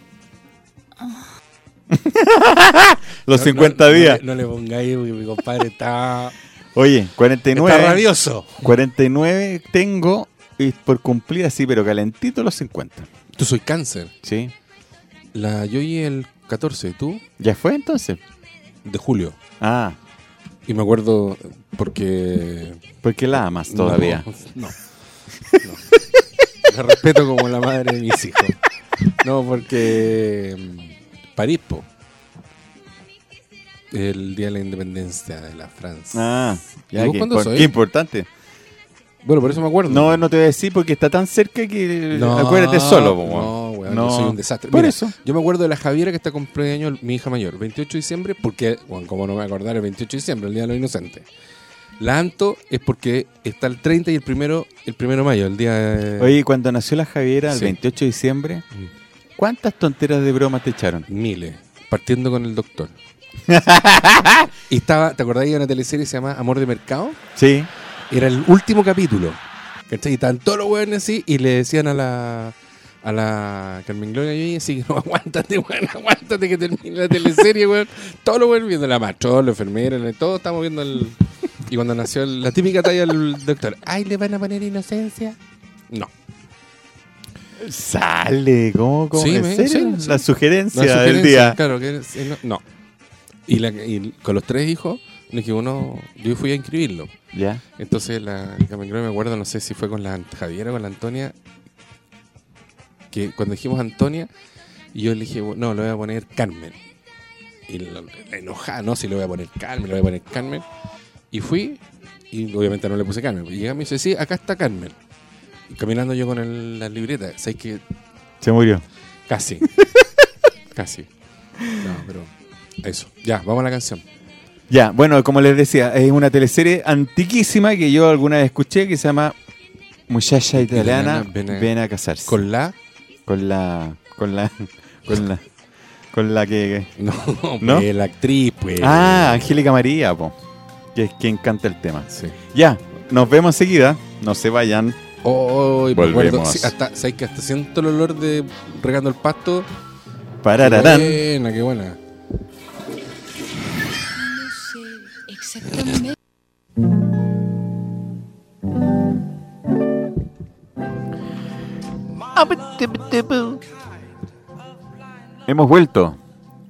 [SPEAKER 4] los
[SPEAKER 2] No,
[SPEAKER 4] 50
[SPEAKER 2] no, no
[SPEAKER 4] días.
[SPEAKER 2] le- No, le pongáis, porque mi compadre está.
[SPEAKER 4] Oye, 49.
[SPEAKER 2] Está rabioso.
[SPEAKER 4] 49 tengo y por cumplir así, pero calentito los 50.
[SPEAKER 2] Tú soy cáncer.
[SPEAKER 4] Sí.
[SPEAKER 2] La yo y el 14, tú,
[SPEAKER 4] ¿Ya fue entonces?
[SPEAKER 2] de julio.
[SPEAKER 4] Ah,
[SPEAKER 2] Y me acuerdo porque.
[SPEAKER 4] porque la amas todavía.
[SPEAKER 2] No. no, no. La respeto como la madre de mis hijos. No, porque. mm, París, po. El día de la independencia de la Francia.
[SPEAKER 4] Ah, ya,
[SPEAKER 2] ¿Y vos
[SPEAKER 4] qué,
[SPEAKER 2] cuándo
[SPEAKER 4] impor-
[SPEAKER 2] soy?
[SPEAKER 4] qué importante.
[SPEAKER 2] Bueno, por eso me acuerdo.
[SPEAKER 4] No, no te voy a decir porque está tan cerca que acuérdate solo. po,
[SPEAKER 2] No,
[SPEAKER 4] weón.
[SPEAKER 2] weón, yo soy un desastre.
[SPEAKER 4] Por
[SPEAKER 2] Mira,
[SPEAKER 4] eso.
[SPEAKER 2] Yo me acuerdo de la Javiera que está cumpleaños, mi hija mayor, 28 de diciembre, porque, bueno, como no me voy a acordar, el 28 de diciembre, el Día de los Inocentes. La Anto es porque está el 30 y el primero El primero de mayo, el día de...
[SPEAKER 4] Oye, cuando nació la Javiera, el
[SPEAKER 2] eh, Sí. Mm.
[SPEAKER 4] 28 de diciembre, ¿cuántas tonteras de bromas te echaron?
[SPEAKER 2] Miles. Partiendo con el doctor. y estaba, ¿te acordáis de una teleserie que se llama Amor de Mercado?
[SPEAKER 4] Sí.
[SPEAKER 2] Era el último capítulo. ¿Cachai? Y estaban todos los hueones así y le decían a la. A la Carmen Gloria y así, no, aguántate, weón, aguántate que termine la teleserie, weón. Todos los weones viendo la macho, la enfermera, la- todos estamos viendo el. Y cuando nació el- la típica talla del doctor, ay, le van a poner inocencia. No.
[SPEAKER 4] Sale, ¿cómo? cómo?
[SPEAKER 2] Sí,
[SPEAKER 4] ¿En
[SPEAKER 2] me-
[SPEAKER 4] serio?
[SPEAKER 2] sí, sí.
[SPEAKER 4] La sugerencia
[SPEAKER 2] La
[SPEAKER 4] del
[SPEAKER 2] sugerencia,
[SPEAKER 4] día.
[SPEAKER 2] Claro, que es- eh, no. no. Y, la- y con los tres hijos, le dije, uno, yo fui a inscribirlo.
[SPEAKER 4] Ya.
[SPEAKER 2] Entonces la Carmen Gloria, me acuerdo, no sé si fue con la Ant- Javiera o con la Antonia, que cuando dijimos Antonia, y yo le dije, "Bu- no, le voy a poner Carmen. Y la, la enojada, no, si le voy a poner Carmen, le voy a poner Carmen. Y fui, y obviamente no le puse Carmen. Y llega y me dice, sí, acá está Carmen. Y caminando yo con el- la libreta, ¿sabes que
[SPEAKER 4] Se murió.
[SPEAKER 2] Casi. Casi. No, pero eso. Ya, vamos a la canción.
[SPEAKER 4] Ya, bueno, como les decía, es una teleserie antiquísima que yo alguna vez escuché que se llama Muchacha
[SPEAKER 2] Italiana,
[SPEAKER 4] Italiana,
[SPEAKER 2] ven a-
[SPEAKER 4] ven a casarse.
[SPEAKER 2] Con la...
[SPEAKER 4] Con la. Con la. Con la. Con la que.
[SPEAKER 2] No,
[SPEAKER 4] ¿No?
[SPEAKER 2] pues, la actriz, pues.
[SPEAKER 4] Ah, Angélica María, po. Que es quien canta el tema.
[SPEAKER 2] Sí.
[SPEAKER 4] Ya, nos vemos enseguida. No se vayan.
[SPEAKER 2] Oh, y me
[SPEAKER 4] Volvemos.
[SPEAKER 2] acuerdo, sí, hasta, ¿sabes que hasta siento el olor de regando el pasto?
[SPEAKER 4] Parararán.
[SPEAKER 2] Qué buena, qué buena.
[SPEAKER 5] No sé exactamente.
[SPEAKER 4] Hemos vuelto.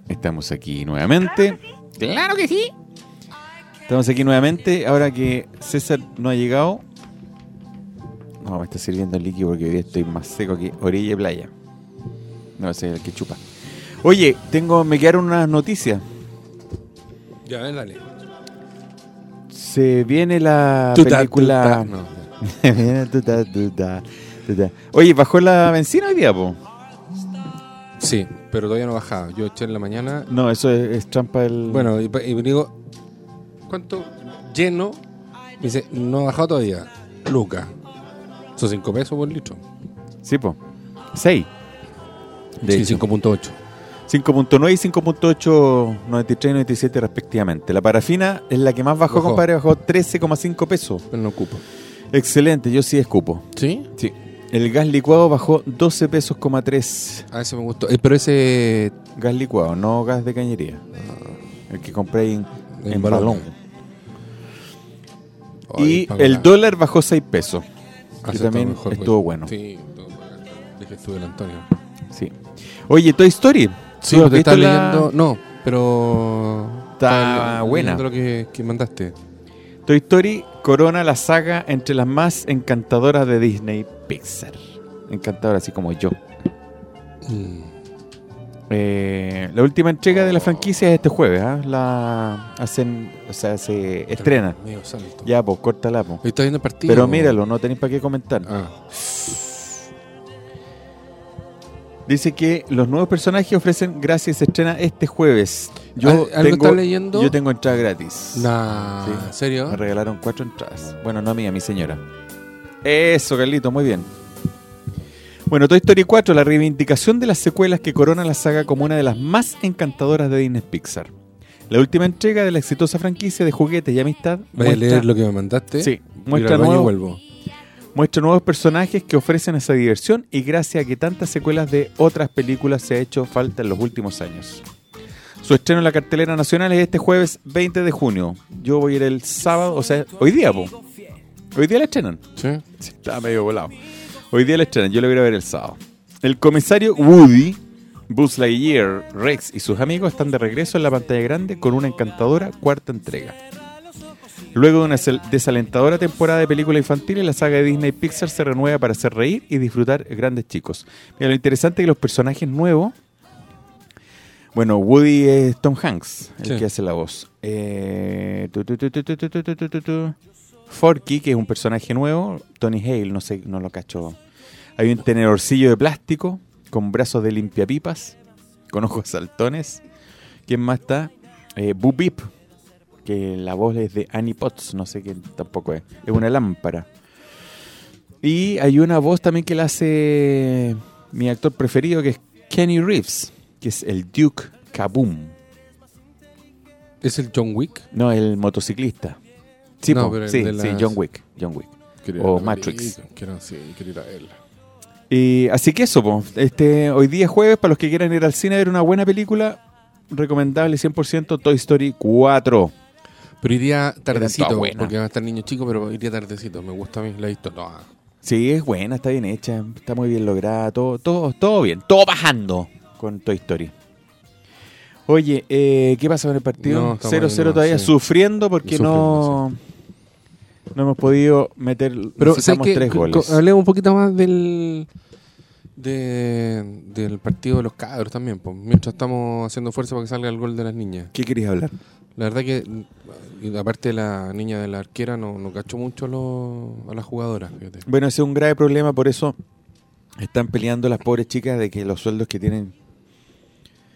[SPEAKER 4] Estamos aquí nuevamente. Claro que sí. Estamos aquí nuevamente. Ahora que César no ha llegado. No, me está sirviendo el líquido porque hoy día estoy más seco que orilla y playa. No sé, el que chupa. Oye, tengo, me quedaron unas noticias.
[SPEAKER 2] Ya, ven, dale.
[SPEAKER 4] Se viene la
[SPEAKER 2] Tuta,
[SPEAKER 4] película.
[SPEAKER 2] tuta, no, ya.
[SPEAKER 4] Se viene tuta, tuta, tuta. Oye, ¿bajó la benzina hoy día, po?
[SPEAKER 2] Sí, pero todavía no bajaba. Yo eché en la mañana.
[SPEAKER 4] No, eso es, es trampa del.
[SPEAKER 2] Bueno, y, y me digo, ¿cuánto lleno? Me dice, no ha bajado todavía. Luca. Son 5 pesos por litro.
[SPEAKER 4] Sí, po. 6. De
[SPEAKER 2] Sí,
[SPEAKER 4] hecho.
[SPEAKER 2] 5.8.
[SPEAKER 4] 5.9 y 5.8, 93 y 97 respectivamente. La parafina es la que más bajó,
[SPEAKER 2] Bajó.
[SPEAKER 4] compadre, bajó 13,5 pesos.
[SPEAKER 2] Pero no ocupo.
[SPEAKER 4] Excelente, yo sí escupo.
[SPEAKER 2] ¿Sí?
[SPEAKER 4] Sí. El gas licuado bajó 12 pesos, coma 3.
[SPEAKER 2] Ah, ese me gustó. Eh, pero ese.
[SPEAKER 4] Gas licuado, no gas de cañería. El que compré en,
[SPEAKER 2] Ah. En
[SPEAKER 4] en
[SPEAKER 2] balón.
[SPEAKER 4] balón.
[SPEAKER 2] Ay,
[SPEAKER 4] Y
[SPEAKER 2] pago la-
[SPEAKER 4] el dólar bajó 6 pesos.
[SPEAKER 2] Ah,
[SPEAKER 4] que
[SPEAKER 2] sí,
[SPEAKER 4] también
[SPEAKER 2] mejor, pues.
[SPEAKER 4] estuvo bueno. Sí.
[SPEAKER 2] Sí, estuvo bueno. Dije, estuve el Antonio.
[SPEAKER 4] Oye, Toy Story.
[SPEAKER 2] Sí,
[SPEAKER 4] ¿Tú
[SPEAKER 2] lo
[SPEAKER 4] has
[SPEAKER 2] que
[SPEAKER 4] visto
[SPEAKER 2] estaba
[SPEAKER 4] la-
[SPEAKER 2] leyendo. No, pero.
[SPEAKER 4] Está
[SPEAKER 2] estaba le-
[SPEAKER 4] buena.
[SPEAKER 2] leyendo lo que, que mandaste.
[SPEAKER 4] Toy Story corona la saga entre las más encantadoras de Disney Pixar. Encantadora, así como yo. Eh, la última entrega de la franquicia es este jueves, ¿ah? La hacen, o sea, se estrena.
[SPEAKER 2] Medio salto.
[SPEAKER 4] Ya, pues, córtala, po.
[SPEAKER 2] Hoy está viendo el partido.
[SPEAKER 4] Pero míralo, no tenéis para qué comentar.
[SPEAKER 2] Ah,
[SPEAKER 4] Dice que los nuevos personajes ofrecen gracias se estrena este jueves.
[SPEAKER 2] ¿Al-
[SPEAKER 4] Yo
[SPEAKER 2] algo
[SPEAKER 4] tengo,
[SPEAKER 2] está leyendo?
[SPEAKER 4] Yo tengo entrada gratis.
[SPEAKER 2] nah,
[SPEAKER 4] Sí.
[SPEAKER 2] ¿en serio?
[SPEAKER 4] Me regalaron cuatro entradas. Bueno, no a mí, a mi señora. Eso, Carlito, muy bien. Bueno, Toy Story 4, la reivindicación de las secuelas que corona la saga como una de las más encantadoras de Disney Pixar. La última entrega de la exitosa franquicia de juguetes y amistad
[SPEAKER 2] Voy a
[SPEAKER 4] muestra,
[SPEAKER 2] leer lo que me mandaste.
[SPEAKER 4] Sí,
[SPEAKER 2] Voy
[SPEAKER 4] muestra
[SPEAKER 2] al baño y
[SPEAKER 4] nuevo-
[SPEAKER 2] vuelvo.
[SPEAKER 4] muestra nuevos personajes que ofrecen esa diversión y gracias a que tantas secuelas de otras películas se ha hecho falta en los últimos años. Su estreno en la cartelera nacional es este jueves 20 de junio. Yo voy a ir el sábado, o sea, hoy día, po. Hoy día la estrenan.
[SPEAKER 2] Sí.
[SPEAKER 4] Sí, estaba medio volado. Hoy día la estrenan, yo lo voy a ir a ver el sábado. El comisario Woody, Buzz Lightyear, Rex y sus amigos están de regreso en la pantalla grande con una encantadora cuarta entrega. Luego de una sel- desalentadora temporada de películas infantiles, la saga de Disney y Pixar se renueva para hacer reír y disfrutar grandes chicos. Mira, lo interesante es que los personajes nuevos. Bueno, Woody es Tom Hanks, el
[SPEAKER 2] Sí.
[SPEAKER 4] que hace la voz. Eh, tu, tu, tu, tu, tu, tu, tu, tu, tu, tu, tu. Forky, que es un personaje nuevo. Tony Hale, no sé, no lo cacho. Hay un tenedorcillo de plástico con brazos de limpiapipas, con ojos saltones. ¿Quién más está? Eh, Boo Beep, que la voz es de Annie Potts, no sé quién tampoco es. Es una lámpara. Y hay una voz también que la hace mi actor preferido, que es Kenny Reeves, que es el Duke Kaboom.
[SPEAKER 2] ¿Es el John Wick?
[SPEAKER 4] No, el motociclista. Sí,
[SPEAKER 2] No,
[SPEAKER 4] po,
[SPEAKER 2] pero el
[SPEAKER 4] sí,
[SPEAKER 2] de
[SPEAKER 4] sí,
[SPEAKER 2] las-
[SPEAKER 4] John Wick. John Wick.
[SPEAKER 2] Quería
[SPEAKER 4] O
[SPEAKER 2] ir a la
[SPEAKER 4] Matrix.
[SPEAKER 2] película, Quiero, sí, quiero ir a verla.
[SPEAKER 4] Y así que eso, po. Este, hoy día es jueves, para los que quieran ir al cine a ver una buena película, recomendable 100% Toy Story 4.
[SPEAKER 2] Pero iría
[SPEAKER 4] todas
[SPEAKER 2] tardecito,
[SPEAKER 4] buenas.
[SPEAKER 2] porque va a estar niño chico, pero iría tardecito. Me gusta a mí, la he visto toda.
[SPEAKER 4] Sí, es buena, está bien hecha, está muy bien lograda, todo, todo, todo bien, todo bajando con Toy Story. Oye, eh, ¿qué pasa con el
[SPEAKER 2] No,
[SPEAKER 4] partido?
[SPEAKER 2] estamos
[SPEAKER 4] 0-0
[SPEAKER 2] ahí, no,
[SPEAKER 4] todavía,
[SPEAKER 2] sí.
[SPEAKER 4] sufriendo porque no, no hemos podido meter,
[SPEAKER 2] Pero ¿sabes
[SPEAKER 4] necesitamos
[SPEAKER 2] qué?
[SPEAKER 4] tres
[SPEAKER 2] Co-
[SPEAKER 4] goles.
[SPEAKER 2] co- Hablemos un poquito más del de- del partido de los cabros también, po, mientras estamos haciendo fuerza para que salga el gol de las niñas.
[SPEAKER 4] ¿Qué querías hablar?
[SPEAKER 2] La verdad que, y aparte de la niña de la arquera, no, no cacho mucho a, los- a las jugadoras. fíjate.
[SPEAKER 4] Bueno, ese es un grave problema, por eso están peleando las pobres chicas de que los sueldos que tienen...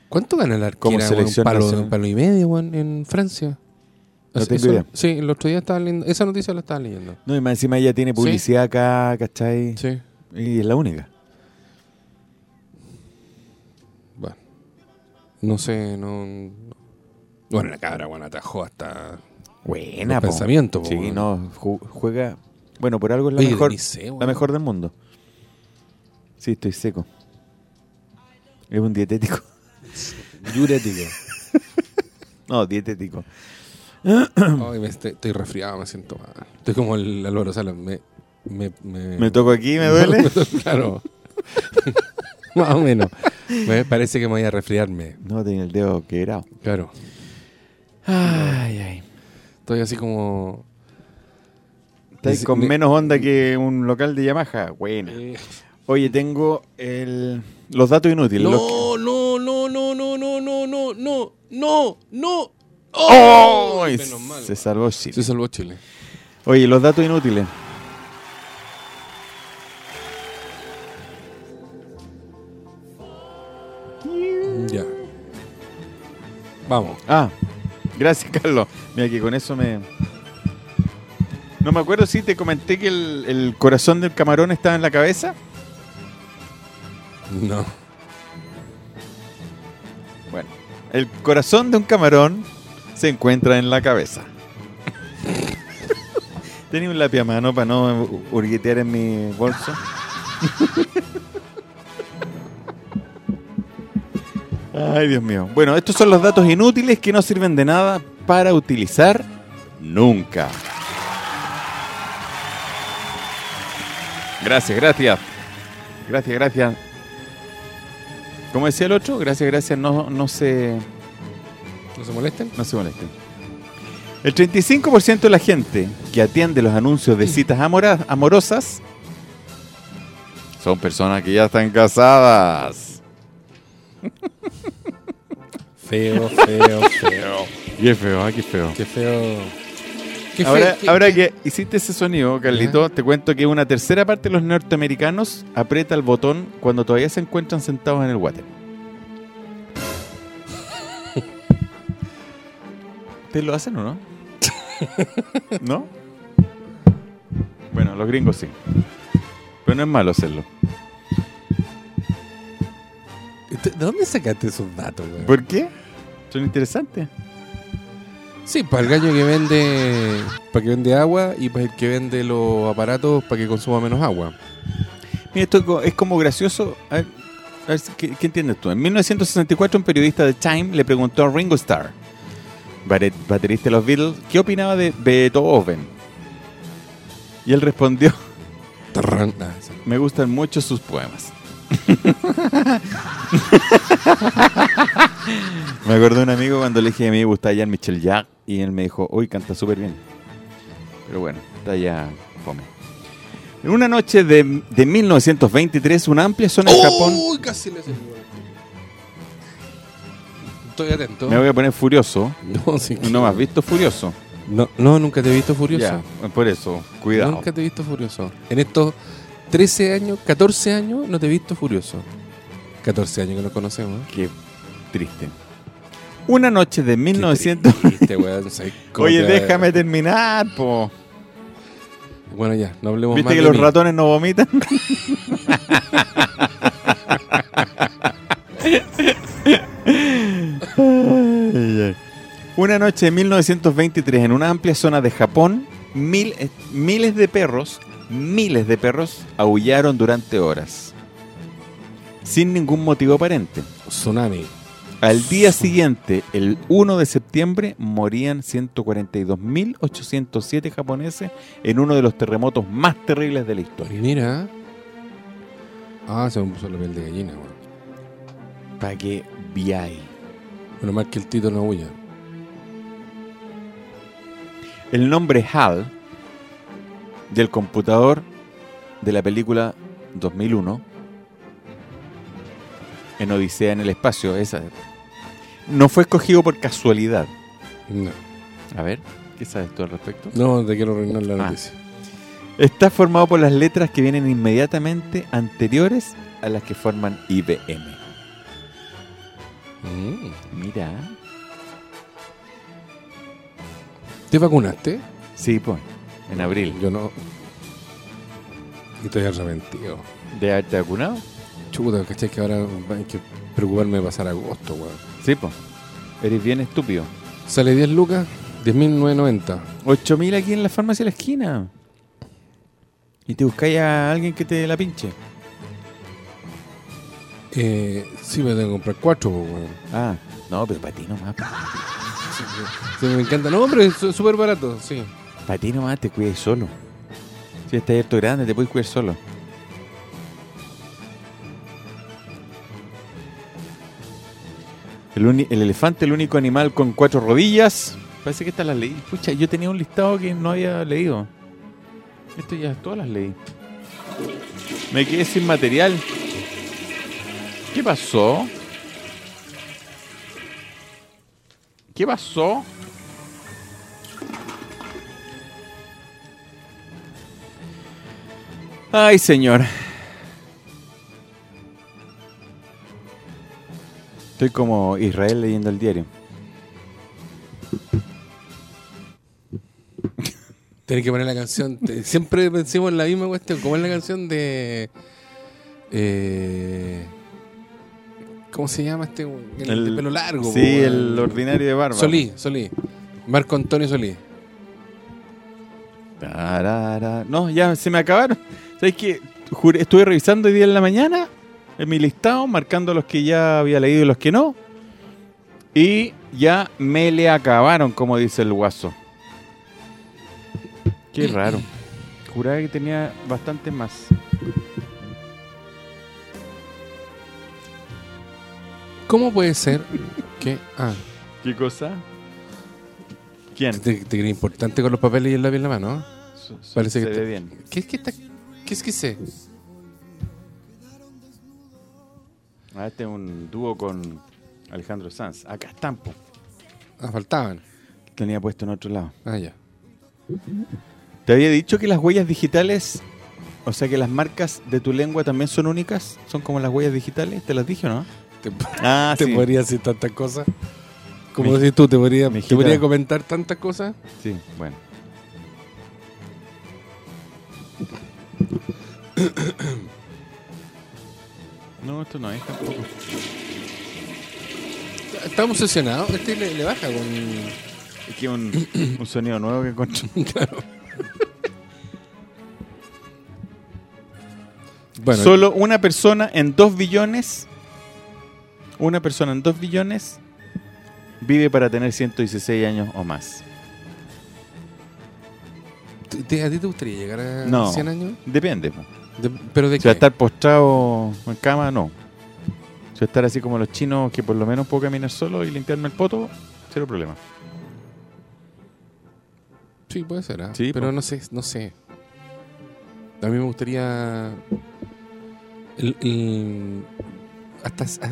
[SPEAKER 2] ¿Cuánto gana la
[SPEAKER 4] Como
[SPEAKER 2] arquera? weón?
[SPEAKER 4] selección
[SPEAKER 2] un, palo,
[SPEAKER 4] nacional.
[SPEAKER 2] un palo y medio weón, en Francia.
[SPEAKER 4] No
[SPEAKER 2] Es-
[SPEAKER 4] tengo
[SPEAKER 2] eso-
[SPEAKER 4] idea.
[SPEAKER 2] Sí, el otro día estaba leyendo, esa noticia la estaba leyendo.
[SPEAKER 4] No, y más encima ella tiene publicidad acá, ¿cachai?
[SPEAKER 2] Sí,
[SPEAKER 4] Y es la única.
[SPEAKER 2] bueno. No sé, no... Bueno, la cabra, bueno, atajó hasta...
[SPEAKER 4] Buena,
[SPEAKER 2] Los pensamientos, po,
[SPEAKER 4] Sí,
[SPEAKER 2] weón.
[SPEAKER 4] no, ju- juega. Bueno, por algo es la
[SPEAKER 2] Oye,
[SPEAKER 4] mejor,
[SPEAKER 2] Denise, eh, weón.
[SPEAKER 4] la mejor del mundo. Sí, estoy seco. Es un dietético.
[SPEAKER 2] Diurético.
[SPEAKER 4] No, dietético.
[SPEAKER 2] Ay, me este, estoy, estoy resfriado, me siento mal. Estoy como el Álvaro Salas. Me, me, me,
[SPEAKER 4] Me toco aquí, me duele.
[SPEAKER 2] claro. Más o menos. Me parece que me voy a resfriarme.
[SPEAKER 4] No, tenía el dedo quebrado.
[SPEAKER 2] Claro.
[SPEAKER 4] Ay, ay.
[SPEAKER 2] Estoy así como.
[SPEAKER 4] Estáis
[SPEAKER 2] Ni-
[SPEAKER 4] con
[SPEAKER 2] ni-
[SPEAKER 4] menos onda que un local de Yamaha. Buena.
[SPEAKER 2] Eh.
[SPEAKER 4] Oye, tengo el, los datos inútiles. los que-
[SPEAKER 2] no, no, no, no, no, no, no, no, no, no.
[SPEAKER 4] ¡Oh!
[SPEAKER 2] Menos mal,
[SPEAKER 4] Se
[SPEAKER 2] weón.
[SPEAKER 4] salvó Chile.
[SPEAKER 2] Se salvó Chile.
[SPEAKER 4] Oye, los datos inútiles.
[SPEAKER 2] Ya. Vamos.
[SPEAKER 4] Ah, gracias, Carlos. Mira que con eso me. No me acuerdo si te comenté que el, el corazón del camarón estaba en la cabeza.
[SPEAKER 2] No.
[SPEAKER 4] Bueno, el corazón de un camarón se encuentra en la cabeza. Tenía un lápiz a mano para no ur- hurguetear en mi bolso. Ay, Dios mío. Bueno, estos son los datos inútiles que no sirven de nada para utilizar nunca. Gracias, gracias. Gracias, gracias. Como decía el otro, gracias, gracias, no, no se...
[SPEAKER 2] ¿No se molesten?
[SPEAKER 4] No se molesten. El 35% de la gente que atiende los anuncios de citas amora- amorosas son personas que ya están casadas.
[SPEAKER 2] Feo, feo, feo.
[SPEAKER 4] Qué feo, ah, qué feo.
[SPEAKER 2] Qué feo. Qué feo,
[SPEAKER 4] Ahora,
[SPEAKER 2] qué-
[SPEAKER 4] ahora
[SPEAKER 2] qué-
[SPEAKER 4] que hiciste ese sonido, Carlito, te cuento que una tercera parte de los norteamericanos aprieta el botón cuando todavía se encuentran sentados en el water. ¿Te lo hacen o no? ¿No? Bueno, los gringos sí. Pero no es malo hacerlo.
[SPEAKER 2] ¿De dónde sacaste esos datos, güey?
[SPEAKER 4] ¿Por qué? Son interesantes.
[SPEAKER 2] Sí, para el gallo que vende, para que vende agua y para el que vende los aparatos para que consuma menos agua.
[SPEAKER 4] Mira, esto es co- es como gracioso. A ver, a ver si- ¿qué, qué entiendes tú? En 1964, un periodista de Time le preguntó a Ringo Starr, bare- baterista de los Beatles, ¿qué opinaba de Beethoven? Y él respondió,
[SPEAKER 2] Tarrán. Ah, sí.
[SPEAKER 4] me gustan mucho sus poemas. me acordé de un amigo cuando le dije que a mí me gustaba Jean-Michel Jarre y él me dijo, uy, canta súper bien. Pero bueno, está ya fome. En una noche de, de 1923, una amplia zona
[SPEAKER 2] ¡Oh!
[SPEAKER 4] en Japón...
[SPEAKER 2] Uy, casi le salió. Estoy atento.
[SPEAKER 4] Me voy a poner furioso.
[SPEAKER 2] No, sí,
[SPEAKER 4] ¿No me has visto furioso?
[SPEAKER 2] No, no, nunca te he visto furioso.
[SPEAKER 4] Ya, por eso, cuidado.
[SPEAKER 2] Nunca te he visto furioso. En estos 13 años, 14 años, no te he visto furioso. 14 años que nos conocemos.
[SPEAKER 4] Qué triste. Una noche de
[SPEAKER 2] Qué
[SPEAKER 4] 1900.
[SPEAKER 2] triste, weón. ¿Sabes cómo
[SPEAKER 4] Oye,
[SPEAKER 2] te va a-
[SPEAKER 4] déjame terminar, po.
[SPEAKER 2] Bueno, ya, no hablemos más.
[SPEAKER 4] ¿Viste que
[SPEAKER 2] de
[SPEAKER 4] los
[SPEAKER 2] mí.
[SPEAKER 4] ratones no vomitan? Ay, ay. Una noche en 1923, en una amplia zona de Japón, mil- eh, miles de perros, miles de perros, aullaron durante horas. Sin ningún motivo aparente.
[SPEAKER 2] Tsunami.
[SPEAKER 4] Al día siguiente, el 1 de septiembre, morían 142.807 japoneses en uno de los terremotos más terribles de la historia.
[SPEAKER 2] Mira. Ah, se me puso la piel de gallina, weón.
[SPEAKER 4] Pa' que viáis.
[SPEAKER 2] Menos mal que el Tito no huya.
[SPEAKER 4] El nombre HAL del computador de la película 2001 en Odisea en el espacio, esa no fue escogido por casualidad.
[SPEAKER 2] No.
[SPEAKER 4] A ver, ¿qué sabes tú al respecto?
[SPEAKER 2] No, te quiero arruinar la
[SPEAKER 4] Ah.
[SPEAKER 2] noticia.
[SPEAKER 4] Está formado por las letras que vienen inmediatamente anteriores a las que forman IBM.
[SPEAKER 2] Mm.
[SPEAKER 4] Mira.
[SPEAKER 2] ¿Te vacunaste?
[SPEAKER 4] Sí, pues, en abril.
[SPEAKER 2] Yo no. Estoy arrepentido.
[SPEAKER 4] ¿De haberte vacunado?
[SPEAKER 2] Chuta, ¿cachai? Que ahora hay que preocuparme de pasar agosto, weón.
[SPEAKER 4] Sí, pues. Eres bien estúpido.
[SPEAKER 2] Sale 10 lucas, 10.990.
[SPEAKER 4] 8000 aquí en la farmacia de la esquina. Y te buscáis a alguien que te la pinche.
[SPEAKER 2] Eh, sí, me tengo que comprar 4, weón.
[SPEAKER 4] Ah, no, pero para ti nomás.
[SPEAKER 2] Sí, me encanta. No, hombre, es su- súper barato, sí.
[SPEAKER 4] Para ti nomás te cuidas solo. Si estás harto grande, te puedes cuidar solo. El, uni- el elefante, el único animal con cuatro rodillas. Parece que estas las leí. Pucha, yo tenía un listado que no había leído. Esto ya todas las leí. Me quedé sin material. ¿Qué pasó? ¿Qué pasó? Ay, señor. Estoy como Israel leyendo el diario.
[SPEAKER 2] Tienes que poner la canción. te- siempre pensemos en la misma cuestión. Como es la canción de. eh, ¿Cómo se llama este? güey? El, de pelo largo.
[SPEAKER 4] Sí,
[SPEAKER 2] po,
[SPEAKER 4] el ordinario de barba.
[SPEAKER 2] Solí, Solí. Marco Antonio Solí.
[SPEAKER 4] Tarara. No, ya se me acabaron. ¿Sabes qué? Juré- estuve revisando hoy día en la mañana en mi listado, marcando los que ya había leído y los que no. Y ya me le acabaron, como dice el guaso. Qué raro. Juraba que tenía bastante más.
[SPEAKER 2] ¿Cómo puede ser que.? Ah,
[SPEAKER 4] ¿Qué cosa? ¿Quién?
[SPEAKER 2] te, te creí importante con los papeles y el labio en la mano. ¿no? Parece
[SPEAKER 4] Parece
[SPEAKER 2] que
[SPEAKER 4] que
[SPEAKER 2] te-
[SPEAKER 4] ve bien.
[SPEAKER 2] ¿Qué es que está.? ¿Qué es que sé?
[SPEAKER 4] Ah, este es un dúo con Alejandro Sanz. Acá están, po.
[SPEAKER 2] Ah, faltaban.
[SPEAKER 4] Tenía puesto en otro lado.
[SPEAKER 2] Ah, ya.
[SPEAKER 4] ¿Te había dicho que las huellas digitales, o sea que las marcas de tu lengua también son únicas? ¿Son como las huellas digitales? ¿Te las dije o no?
[SPEAKER 2] Te,
[SPEAKER 4] Ah,
[SPEAKER 2] te
[SPEAKER 4] sí.
[SPEAKER 2] podría decir tantas cosas. Como
[SPEAKER 4] Mi-
[SPEAKER 2] decís tú, te podría,
[SPEAKER 4] mi
[SPEAKER 2] te podría
[SPEAKER 4] hijita.
[SPEAKER 2] comentar tantas cosas.
[SPEAKER 4] Sí, bueno. No, esto no es tampoco.
[SPEAKER 2] Estamos obsesionados. Este le, le baja con.
[SPEAKER 4] Es que un, un sonido nuevo que encontré.
[SPEAKER 2] Bueno,
[SPEAKER 4] Solo una persona en dos billones. Una persona en dos billones vive para tener 116 años o más.
[SPEAKER 2] ¿t- te- ¿a ti te gustaría llegar a
[SPEAKER 4] No.
[SPEAKER 2] 100 años?
[SPEAKER 4] Depende. po.
[SPEAKER 2] De- ¿Pero de
[SPEAKER 4] Si va a
[SPEAKER 2] qué?
[SPEAKER 4] estar postrado en cama, no. Si va a estar así como los chinos, que por lo menos puedo caminar solo y limpiarme el poto, cero problema.
[SPEAKER 2] Sí, puede ser. ¿ah?
[SPEAKER 4] Sí,
[SPEAKER 2] pero
[SPEAKER 4] po.
[SPEAKER 2] no sé, no sé. A mí me gustaría. El, el- hasta. ah, hasta-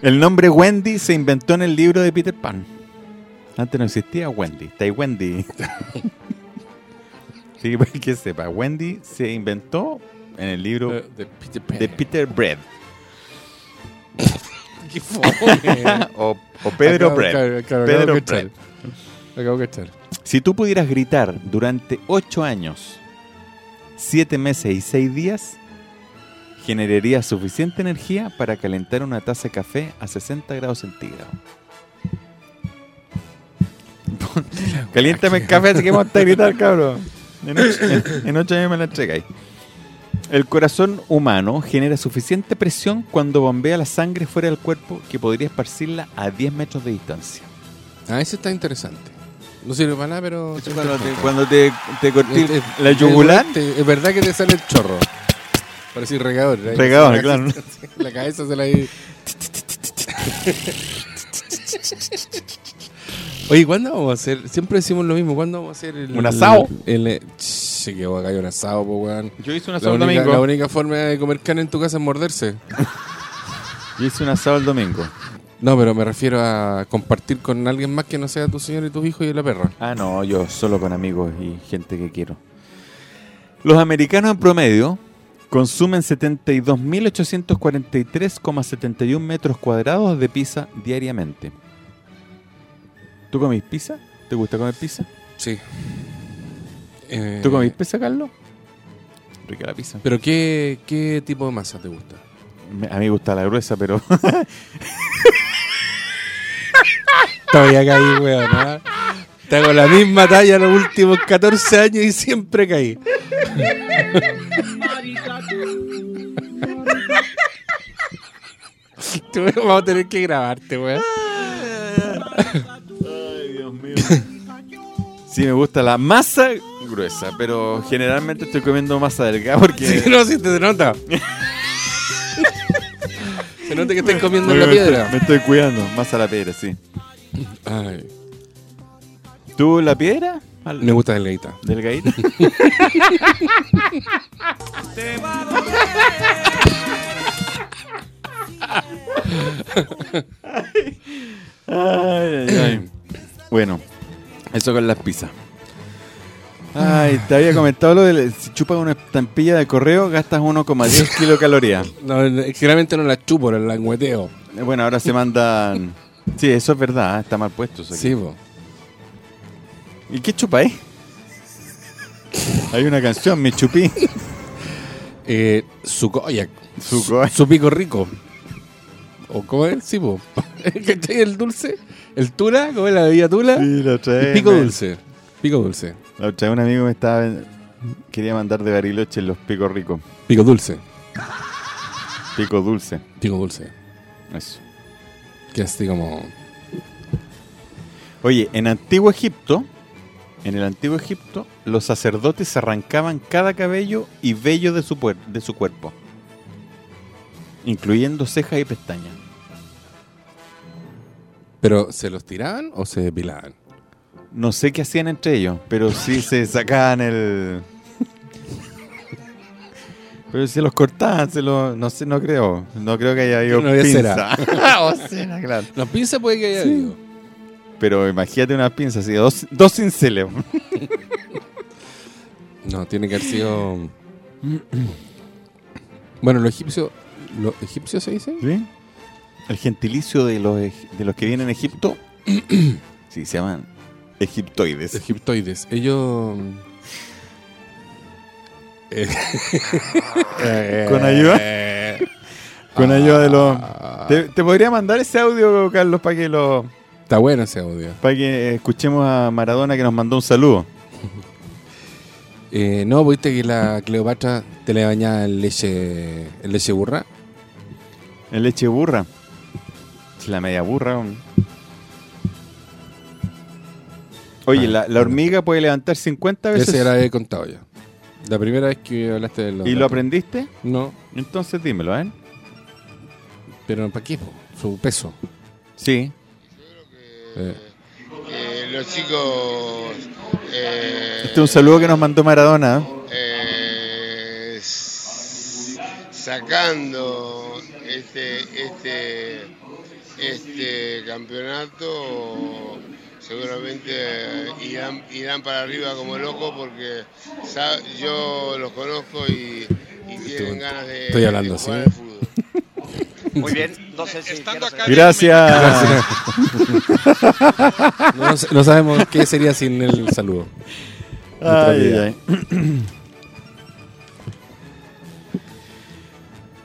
[SPEAKER 4] El nombre Wendy se inventó en el libro de Peter Pan. Antes no existía Wendy. Está ahí Wendy. sí, para el que sepa, Wendy se inventó en el libro
[SPEAKER 2] de Peter Pan.
[SPEAKER 4] de Peter Bread.
[SPEAKER 2] ¡Qué fome!
[SPEAKER 4] o, o Pedro
[SPEAKER 2] Acabo-
[SPEAKER 4] Bread.
[SPEAKER 2] claro, claro,
[SPEAKER 4] Pedro
[SPEAKER 2] acabo de
[SPEAKER 4] Brett.
[SPEAKER 2] cachar. Acabo de cachar.
[SPEAKER 4] Si tú pudieras gritar durante 8 años, 7 meses y 6 días, generarías suficiente energía para calentar una taza de café a 60 grados centígrados. Caliéntame el café, así que vamos a gritar, cabrón. En 8 años me la entregáis. El corazón humano genera suficiente presión cuando bombea la sangre fuera del cuerpo que podría esparcirla a 10 metros de distancia.
[SPEAKER 2] Ah, ese está interesante. No sirve para nada, pero.
[SPEAKER 4] Cuando te, cuando te, te cortí
[SPEAKER 2] Es- es-
[SPEAKER 4] la
[SPEAKER 2] es-
[SPEAKER 4] yugular,
[SPEAKER 2] te- Eh, Es verdad que te sale el chorro. Parece regador. ahí.
[SPEAKER 4] Regador, claro.
[SPEAKER 2] La cabeza se la ahí. Oye, ¿cuándo vamos a hacer? Siempre decimos lo mismo. ¿Cuándo vamos a hacer el.
[SPEAKER 4] Un asado.
[SPEAKER 2] El, el- Ch, se quedó acá hay un asado, po, weón.
[SPEAKER 4] yo hice un
[SPEAKER 2] La
[SPEAKER 4] asado el
[SPEAKER 2] única, la
[SPEAKER 4] domingo.
[SPEAKER 2] única forma de comer carne en tu casa es morderse.
[SPEAKER 4] Yo hice un asado el domingo.
[SPEAKER 2] No, pero me refiero a compartir con alguien más que no sea tu señor y tus hijos y la perra.
[SPEAKER 4] Ah, no, yo solo con amigos y gente que quiero. Los americanos en promedio consumen 72.843,71 metros cuadrados de pizza diariamente. ¿Tú comís pizza? ¿Te gusta comer pizza?
[SPEAKER 2] Sí. Eh,
[SPEAKER 4] ¿Tú comís pizza, Carlos? Rica la pizza.
[SPEAKER 2] ¿Pero qué, qué tipo de masa te gusta?
[SPEAKER 4] Me- A mí me gusta la gruesa, pero
[SPEAKER 2] Todavía caí, weón. ¿ah? Tengo la misma talla los últimos 14 años y siempre caí. Tú, Vamos a tener que grabarte, weón.
[SPEAKER 4] sí me gusta la masa gruesa, pero generalmente estoy comiendo masa delgada porque...
[SPEAKER 2] Sí, no, sí, te nota. Se nota que estás comiendo en
[SPEAKER 4] Oye,
[SPEAKER 2] la
[SPEAKER 4] me estoy- Me
[SPEAKER 2] piedra.
[SPEAKER 4] estoy cuidando, masa a la piedra, sí.
[SPEAKER 2] Ay,
[SPEAKER 4] ¿Tú la piedra? Al-
[SPEAKER 2] me gusta delgadita.
[SPEAKER 4] Delgadita. Ay, ay, ay. Bueno, eso con las pizzas. Ay, te había comentado lo de si chupas una estampilla de correo gastas 1,10 kilocalorías.
[SPEAKER 2] No, generalmente no la chupo, la langueteo.
[SPEAKER 4] Eh, Bueno, ahora se mandan. Sí, eso es verdad, ¿eh? está mal puesto. eso aquí.
[SPEAKER 2] Sí, po.
[SPEAKER 4] ¿Y qué chupáis? Hay una canción, me chupí.
[SPEAKER 2] Eh, su koyak.
[SPEAKER 4] Su koyak.
[SPEAKER 2] Su pico rico. ¿O cómo es? Sí, po. ¿Cachai? El dulce. El tula, ¿cómo es la bebida tula?
[SPEAKER 4] Sí, la otra
[SPEAKER 2] Y
[SPEAKER 4] vez
[SPEAKER 2] pico
[SPEAKER 4] me-
[SPEAKER 2] dulce. Pico dulce.
[SPEAKER 4] La otra vez un amigo me estaba. Quería mandar de Bariloche los picos ricos.
[SPEAKER 2] Pico dulce.
[SPEAKER 4] Pico dulce.
[SPEAKER 2] Pico dulce.
[SPEAKER 4] Eso.
[SPEAKER 2] Que así como.
[SPEAKER 4] Oye, en antiguo Egipto. En el antiguo Egipto, los sacerdotes se arrancaban cada cabello y vello de su, puer- de su cuerpo, incluyendo cejas y pestañas.
[SPEAKER 2] ¿Pero se los tiraban o se depilaban?
[SPEAKER 4] No sé qué hacían entre ellos, pero sí se sacaban el. Pero se los cortaban, se los. No sé, no creo. No creo que haya habido
[SPEAKER 2] No había
[SPEAKER 4] pinza. o cera, Oh, claro.
[SPEAKER 2] La pinza puede que haya habido.
[SPEAKER 4] Pero imagínate una pinza así, dos, dos cinceles.
[SPEAKER 2] No, tiene que haber sido. bueno, los egipcios. ¿Los egipcios se dice?
[SPEAKER 4] ¿Sí? El gentilicio de los, eg- de los que vienen a Egipto. sí, se llaman egiptoides.
[SPEAKER 2] Egiptoides. Ellos.
[SPEAKER 4] Eh, ¿Con ayuda? Con ayuda de los. Te, te podría mandar ese audio, Carlos, para que lo.
[SPEAKER 2] Está bueno ese audio.
[SPEAKER 4] Para que escuchemos a Maradona que nos mandó un saludo.
[SPEAKER 2] Eh, no, viste que la Cleopatra te le bañaba en leche, en leche burra.
[SPEAKER 4] En leche de burra. Es La media burra. hombre. Oye, la, la hormiga puede levantar 50 veces.
[SPEAKER 2] Ese ya la había contado ya. La primera vez que hablaste de los
[SPEAKER 4] ¿Y lo
[SPEAKER 2] datos.
[SPEAKER 4] aprendiste?
[SPEAKER 2] No,
[SPEAKER 4] Entonces dímelo, ¿eh?
[SPEAKER 2] pero ¿para qué? po? Su peso.
[SPEAKER 4] Sí.
[SPEAKER 2] Eh,
[SPEAKER 6] Eh, los chicos. eh,
[SPEAKER 4] Este es un saludo que nos mandó Maradona. ¿eh?
[SPEAKER 6] eh, s- sacando este, este, este campeonato, seguramente irán, irán para arriba como locos porque sa-
[SPEAKER 4] Este
[SPEAKER 6] yo los conozco y, y tienen ganas de,
[SPEAKER 2] estoy hablando
[SPEAKER 6] de jugar
[SPEAKER 2] así.
[SPEAKER 6] al fútbol.
[SPEAKER 7] Muy bien, no sé si.
[SPEAKER 8] Estando
[SPEAKER 7] quiero
[SPEAKER 8] acá-
[SPEAKER 7] saber-
[SPEAKER 4] Gracias.
[SPEAKER 2] No, no sabemos qué sería sin el saludo.
[SPEAKER 4] Ay,
[SPEAKER 2] Otra
[SPEAKER 4] ay,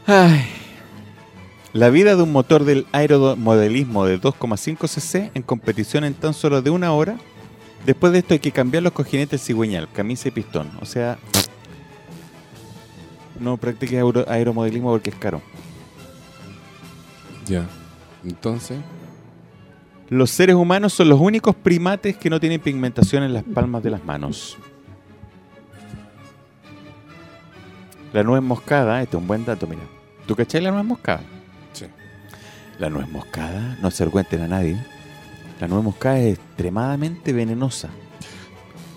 [SPEAKER 4] Ay. La vida de un motor del aeromodelismo de 2,5 cc en competición en tan solo de una hora. Después de esto hay que cambiar los cojinetes cigüeñal, camisa y pistón. O sea, no practiques aero- aeromodelismo porque es caro.
[SPEAKER 2] Ya. Entonces,
[SPEAKER 4] Los seres humanos son los únicos primates que no tienen pigmentación en las palmas de las manos. La nuez moscada, este es un buen dato, mira. ¿Tú cachai la nuez moscada?
[SPEAKER 2] sí.
[SPEAKER 4] La nuez moscada, no se lo cuenten a nadie. La nuez moscada es extremadamente venenosa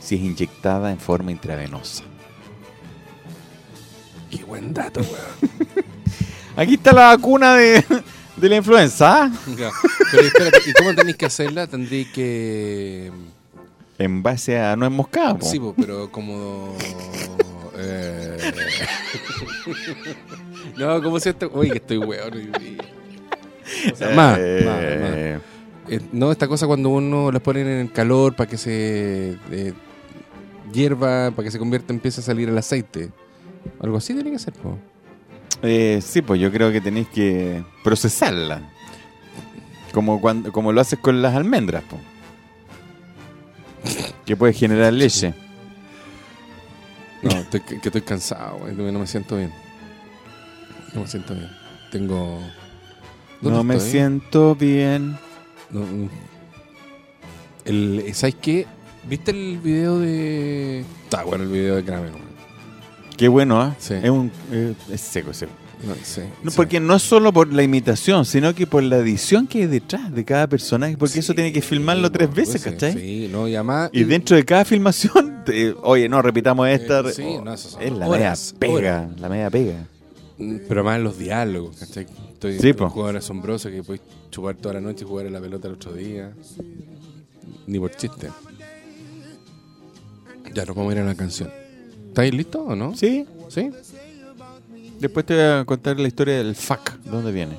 [SPEAKER 4] si es inyectada en forma intravenosa.
[SPEAKER 2] Qué buen dato, weón.
[SPEAKER 4] Aquí está la vacuna de, de la influenza. ¿ah?
[SPEAKER 2] Ya. Pero espérate, ¿y cómo tenéis que hacerla? Tendréis que.
[SPEAKER 4] En base a nuez moscada. po.
[SPEAKER 2] Ah, Sí, po, pero como. eh, No, ¿cómo se esto? Oye, que estoy weón. O sea, más, más, más.
[SPEAKER 4] Eh,
[SPEAKER 2] Eh, no, esta cosa cuando uno las ponen en el calor para que se eh, hierva, para que se convierta, empiece a salir el aceite. Algo así tiene que ser, po.
[SPEAKER 4] Eh, sí, pues yo creo que tenéis que procesarla. Como, cuando, como lo haces con las almendras, pues. Que puede generar leche.
[SPEAKER 2] No, estoy, que estoy cansado, güey, no me siento bien. No me siento bien. Tengo. ¿dónde
[SPEAKER 4] No me
[SPEAKER 2] estoy?
[SPEAKER 4] siento bien.
[SPEAKER 2] No, no. El, ¿Sabes qué? ¿Viste el video de. Está bueno el video de Kramer, güey.
[SPEAKER 4] Qué bueno, ¿ah?
[SPEAKER 2] Sí.
[SPEAKER 4] Es, un, eh, es seco, es seco.
[SPEAKER 2] No, sí,
[SPEAKER 4] No,
[SPEAKER 2] sí.
[SPEAKER 4] Porque no es solo por la imitación, sino que por la edición que hay detrás de cada personaje. Porque eso
[SPEAKER 2] Sí,
[SPEAKER 4] tiene que filmarlo tres
[SPEAKER 2] pues,
[SPEAKER 4] veces,
[SPEAKER 2] sí,
[SPEAKER 4] ¿cachai?
[SPEAKER 2] Sí, no, y además.
[SPEAKER 4] Y dentro de cada filmación, te- oye, no, repitamos esta.
[SPEAKER 2] Eh, sí,
[SPEAKER 4] oh,
[SPEAKER 2] no, eso son
[SPEAKER 4] es la
[SPEAKER 2] horas,
[SPEAKER 4] media pega,
[SPEAKER 2] horas.
[SPEAKER 4] la media pega.
[SPEAKER 2] Pero más los diálogos, ¿cachai? Estoy
[SPEAKER 4] Sí,
[SPEAKER 2] un
[SPEAKER 4] po.
[SPEAKER 2] jugador asombroso que puedes chupar toda la noche y jugar a la pelota el otro día. Ni por chiste. Ya nos vamos a ir a la canción. ¿Estáis listos o no?
[SPEAKER 4] Sí,
[SPEAKER 2] ¿Sí?
[SPEAKER 4] Después te voy a contar la historia del fuck, ¿de dónde viene?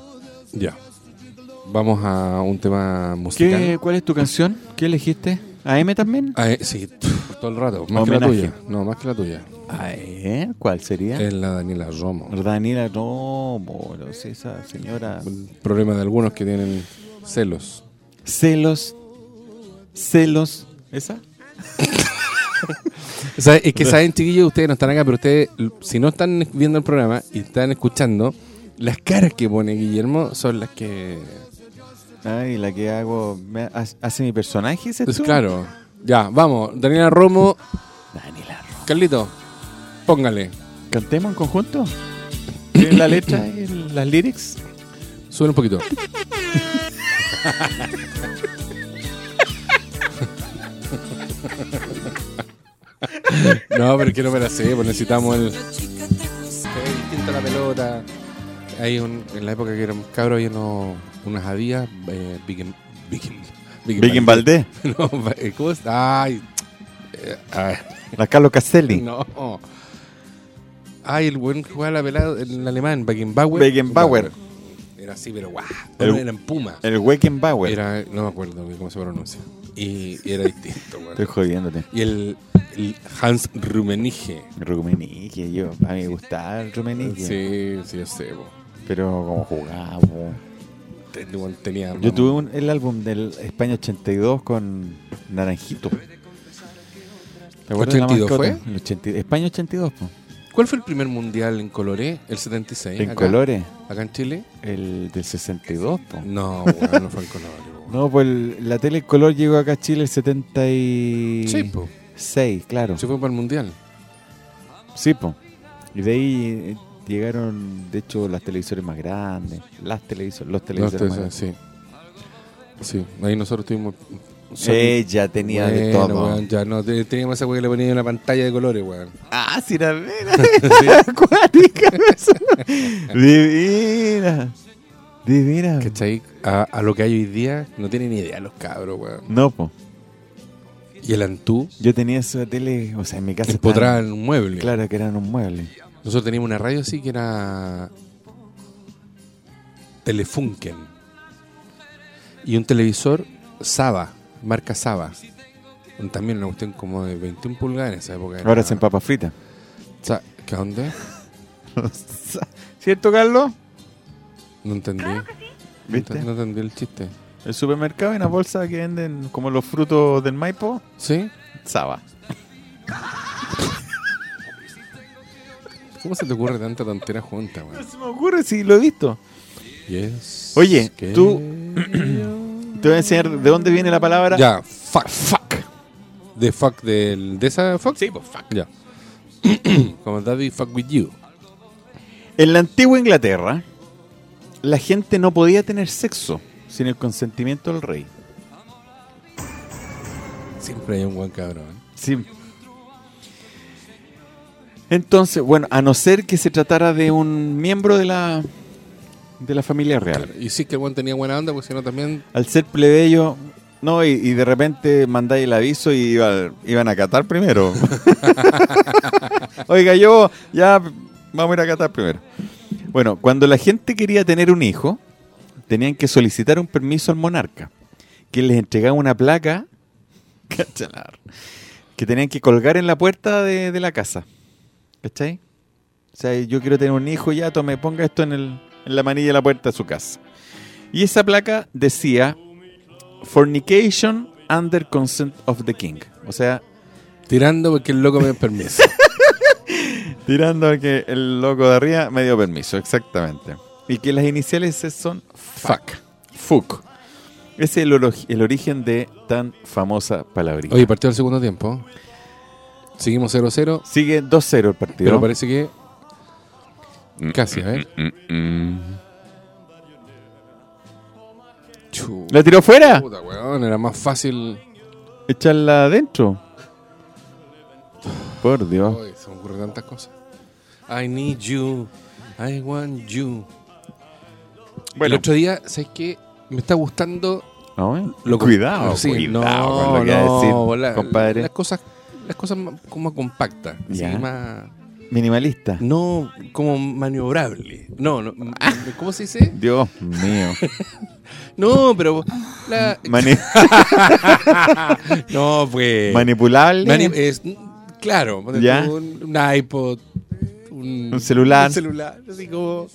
[SPEAKER 2] Ya. Vamos a un tema musical.
[SPEAKER 4] ¿Qué, ¿Cuál es tu canción? ¿Qué elegiste? ¿AM también?
[SPEAKER 2] Ah, eh, sí, pf, todo el rato. Más
[SPEAKER 4] Homenaje.
[SPEAKER 2] que la tuya. No, más que la tuya.
[SPEAKER 4] AM, ¿cuál sería?
[SPEAKER 2] Es la Daniela Romo.
[SPEAKER 4] Daniela, no, boludo, sí, esa señora.
[SPEAKER 2] El problema de algunos que tienen celos.
[SPEAKER 4] Celos, celos. ¿Esa?
[SPEAKER 2] O sea, es que saben, chiquillos, ustedes no están acá, pero ustedes, l- si no están viendo el programa y están escuchando, las caras que pone Guillermo son las que.
[SPEAKER 4] Ay, la que hago, me ha- hace mi personaje, ¿es
[SPEAKER 2] Pues, claro. Ya, vamos. Daniela Romo,
[SPEAKER 4] Daniela, Ro-
[SPEAKER 2] Carlito, póngale.
[SPEAKER 4] ¿cantemos en conjunto? ¿Tienes la letra y el- las lyrics?
[SPEAKER 2] Sube un poquito. no, pero es que no me la sé, pues necesitamos el. Se ve distinta la pelota. Hay un, en la época que éramos cabros había unos, unas adidas, eh, Big en- Big en- Big en
[SPEAKER 4] Vicky
[SPEAKER 2] Valdez.
[SPEAKER 4] Valdés,
[SPEAKER 2] No, va- eh, ¿cómo es? Ay. eh, ay,
[SPEAKER 4] la Carlos Castelli.
[SPEAKER 2] no. Ay, el buen que jugaba la pelada, el alemán, Beckenbauer.
[SPEAKER 4] Beckenbauer.
[SPEAKER 2] Era así, pero guau.
[SPEAKER 4] El-
[SPEAKER 2] era en Puma.
[SPEAKER 4] El Weckenbauer.
[SPEAKER 2] Era, no me acuerdo güey, cómo se pronuncia. Y, y era distinto, güey.
[SPEAKER 4] Estoy jodiéndote.
[SPEAKER 2] Y el, el Hans Rummenigge.
[SPEAKER 4] Rumenique, yo, a mí me gustaba el Rumenique.
[SPEAKER 2] Sí, sí, yo sé, bo.
[SPEAKER 4] Pero como jugaba. po.
[SPEAKER 2] Ten- igual Tenía,
[SPEAKER 4] Yo tuve un- el álbum del España 82 con Naranjito. ¿Te acuerdas de la
[SPEAKER 2] 82
[SPEAKER 4] mascota?
[SPEAKER 2] fue?
[SPEAKER 4] El 80 España 82, po.
[SPEAKER 2] ¿Cuál fue el primer mundial en colores? ¿El 76?
[SPEAKER 4] en
[SPEAKER 2] acá?
[SPEAKER 4] colores.
[SPEAKER 2] ¿Acá en Chile?
[SPEAKER 4] El del 62, po.
[SPEAKER 2] No, güey, no fue en colores. güey.
[SPEAKER 4] No, pues el- la tele en color llegó acá a Chile el 76,
[SPEAKER 2] Sí, po.
[SPEAKER 4] claro.
[SPEAKER 2] Se fue para el mundial.
[SPEAKER 4] Sí, po. Y de ahí eh, llegaron, de hecho, las televisores más grandes. Las televisores, los
[SPEAKER 2] No,
[SPEAKER 4] televisores
[SPEAKER 2] ustedes
[SPEAKER 4] más
[SPEAKER 2] saben,
[SPEAKER 4] grandes.
[SPEAKER 2] sí. Sí, ahí nosotros tuvimos.
[SPEAKER 4] Ella tenía de
[SPEAKER 2] Bueno,
[SPEAKER 4] todo.
[SPEAKER 2] weón, ya no, te- teníamos esa weá que le ponía una pantalla de colores, weón.
[SPEAKER 4] Ah, sí, la vera. Acuática. Divina. Divina.
[SPEAKER 2] ¿Cachai? A, a lo que hay hoy día, no tienen ni idea los cabros, weón.
[SPEAKER 4] No, po.
[SPEAKER 2] Y el Antú
[SPEAKER 4] Yo tenía esa tele, o sea, en mi casa.
[SPEAKER 2] empotrada
[SPEAKER 4] estaban-
[SPEAKER 2] en un mueble.
[SPEAKER 4] Claro, que eran un mueble.
[SPEAKER 2] Nosotros teníamos una radio así que era. Telefunken. Y un televisor Saba, marca Saba. También una cuestión como de 21 pulgadas en esa época.
[SPEAKER 4] Ahora es
[SPEAKER 2] se
[SPEAKER 4] en papas fritas.
[SPEAKER 2] ¿Qué onda?
[SPEAKER 4] ¿Cierto, Carlos?
[SPEAKER 2] No entendí.
[SPEAKER 4] ¿Viste?
[SPEAKER 2] No entendí el chiste.
[SPEAKER 4] El supermercado hay una bolsa que venden como los frutos del Maipo.
[SPEAKER 2] ¿Sí?
[SPEAKER 4] Saba.
[SPEAKER 2] ¿Cómo se te ocurre tanta tontera junta, weón?
[SPEAKER 4] se me ocurre si lo he visto.
[SPEAKER 2] Yes.
[SPEAKER 4] Oye,
[SPEAKER 2] que-
[SPEAKER 4] tú- Te voy a enseñar de dónde viene la palabra.
[SPEAKER 2] Ya, fuck, fuck. ¿De fuck del, de esa fuck?
[SPEAKER 4] Sí, pues fuck.
[SPEAKER 2] Ya. Como Daddy fuck with you.
[SPEAKER 4] En la antigua Inglaterra, la gente no podía tener sexo sin el consentimiento del rey.
[SPEAKER 2] Siempre hay un buen cabrón.
[SPEAKER 4] Sí. Entonces, bueno, a no ser que se tratara de un miembro de la de la familia real.
[SPEAKER 2] Y sí que el buen tenía buena onda, porque si no también.
[SPEAKER 4] Al ser plebeyo, no, y, y de repente mandáis el aviso y iba- iban a Qatar primero. Oiga, yo ya vamos a ir a Qatar primero. Bueno, cuando la gente quería tener un hijo, tenían que solicitar un permiso al monarca, que les entregaba una placa cachalar, que tenían que colgar en la puerta de, de la casa. ¿Cachai? O sea, yo quiero tener un hijo, ya tome, ponga esto en, el, en la manilla de la puerta de su casa. Y esa placa decía Fornication under consent of the king. O sea,
[SPEAKER 2] Tirando porque el loco me permiso.
[SPEAKER 4] tirando a que el loco de arriba me dio permiso, exactamente. Y que las iniciales es- son
[SPEAKER 2] fuck.
[SPEAKER 4] FUC. Ese es el, oro- el origen de tan famosa palabrita.
[SPEAKER 2] Oye, partido del segundo tiempo. Seguimos 0-0,
[SPEAKER 4] Sigue 2-0 el partido.
[SPEAKER 2] pero parece que.
[SPEAKER 4] Mm,
[SPEAKER 2] Casi, ¿eh? a ver.
[SPEAKER 4] ¿La tiró fuera?
[SPEAKER 2] Puta, weón, era más fácil.
[SPEAKER 4] Echarla adentro. Por Dios.
[SPEAKER 2] Ay, se me ocurren tantas cosas. I need you. I want you.
[SPEAKER 4] Bueno.
[SPEAKER 2] El otro día, ¿sabes qué? Me está gustando.
[SPEAKER 4] Ah, bueno.
[SPEAKER 2] Lo
[SPEAKER 4] cuidado,
[SPEAKER 2] sí,
[SPEAKER 4] cuidado
[SPEAKER 2] no,
[SPEAKER 4] con lo que va a
[SPEAKER 2] no,
[SPEAKER 4] decir,
[SPEAKER 2] la-
[SPEAKER 4] compadre.
[SPEAKER 2] Las cosas, las cosas más- como compactas. así,
[SPEAKER 4] Ya.
[SPEAKER 2] más-
[SPEAKER 4] Minimalista.
[SPEAKER 2] no como maniobrable. No, no. ¿Cómo se dice?
[SPEAKER 4] Dios mío.
[SPEAKER 2] No, pero. La,
[SPEAKER 4] Mani-
[SPEAKER 2] no, pues.
[SPEAKER 4] manipulable.
[SPEAKER 2] Mani- eh, es- claro, ponte
[SPEAKER 4] Ya.
[SPEAKER 2] tú un, un iPod, un,
[SPEAKER 4] Un celular.
[SPEAKER 2] un celular, así como,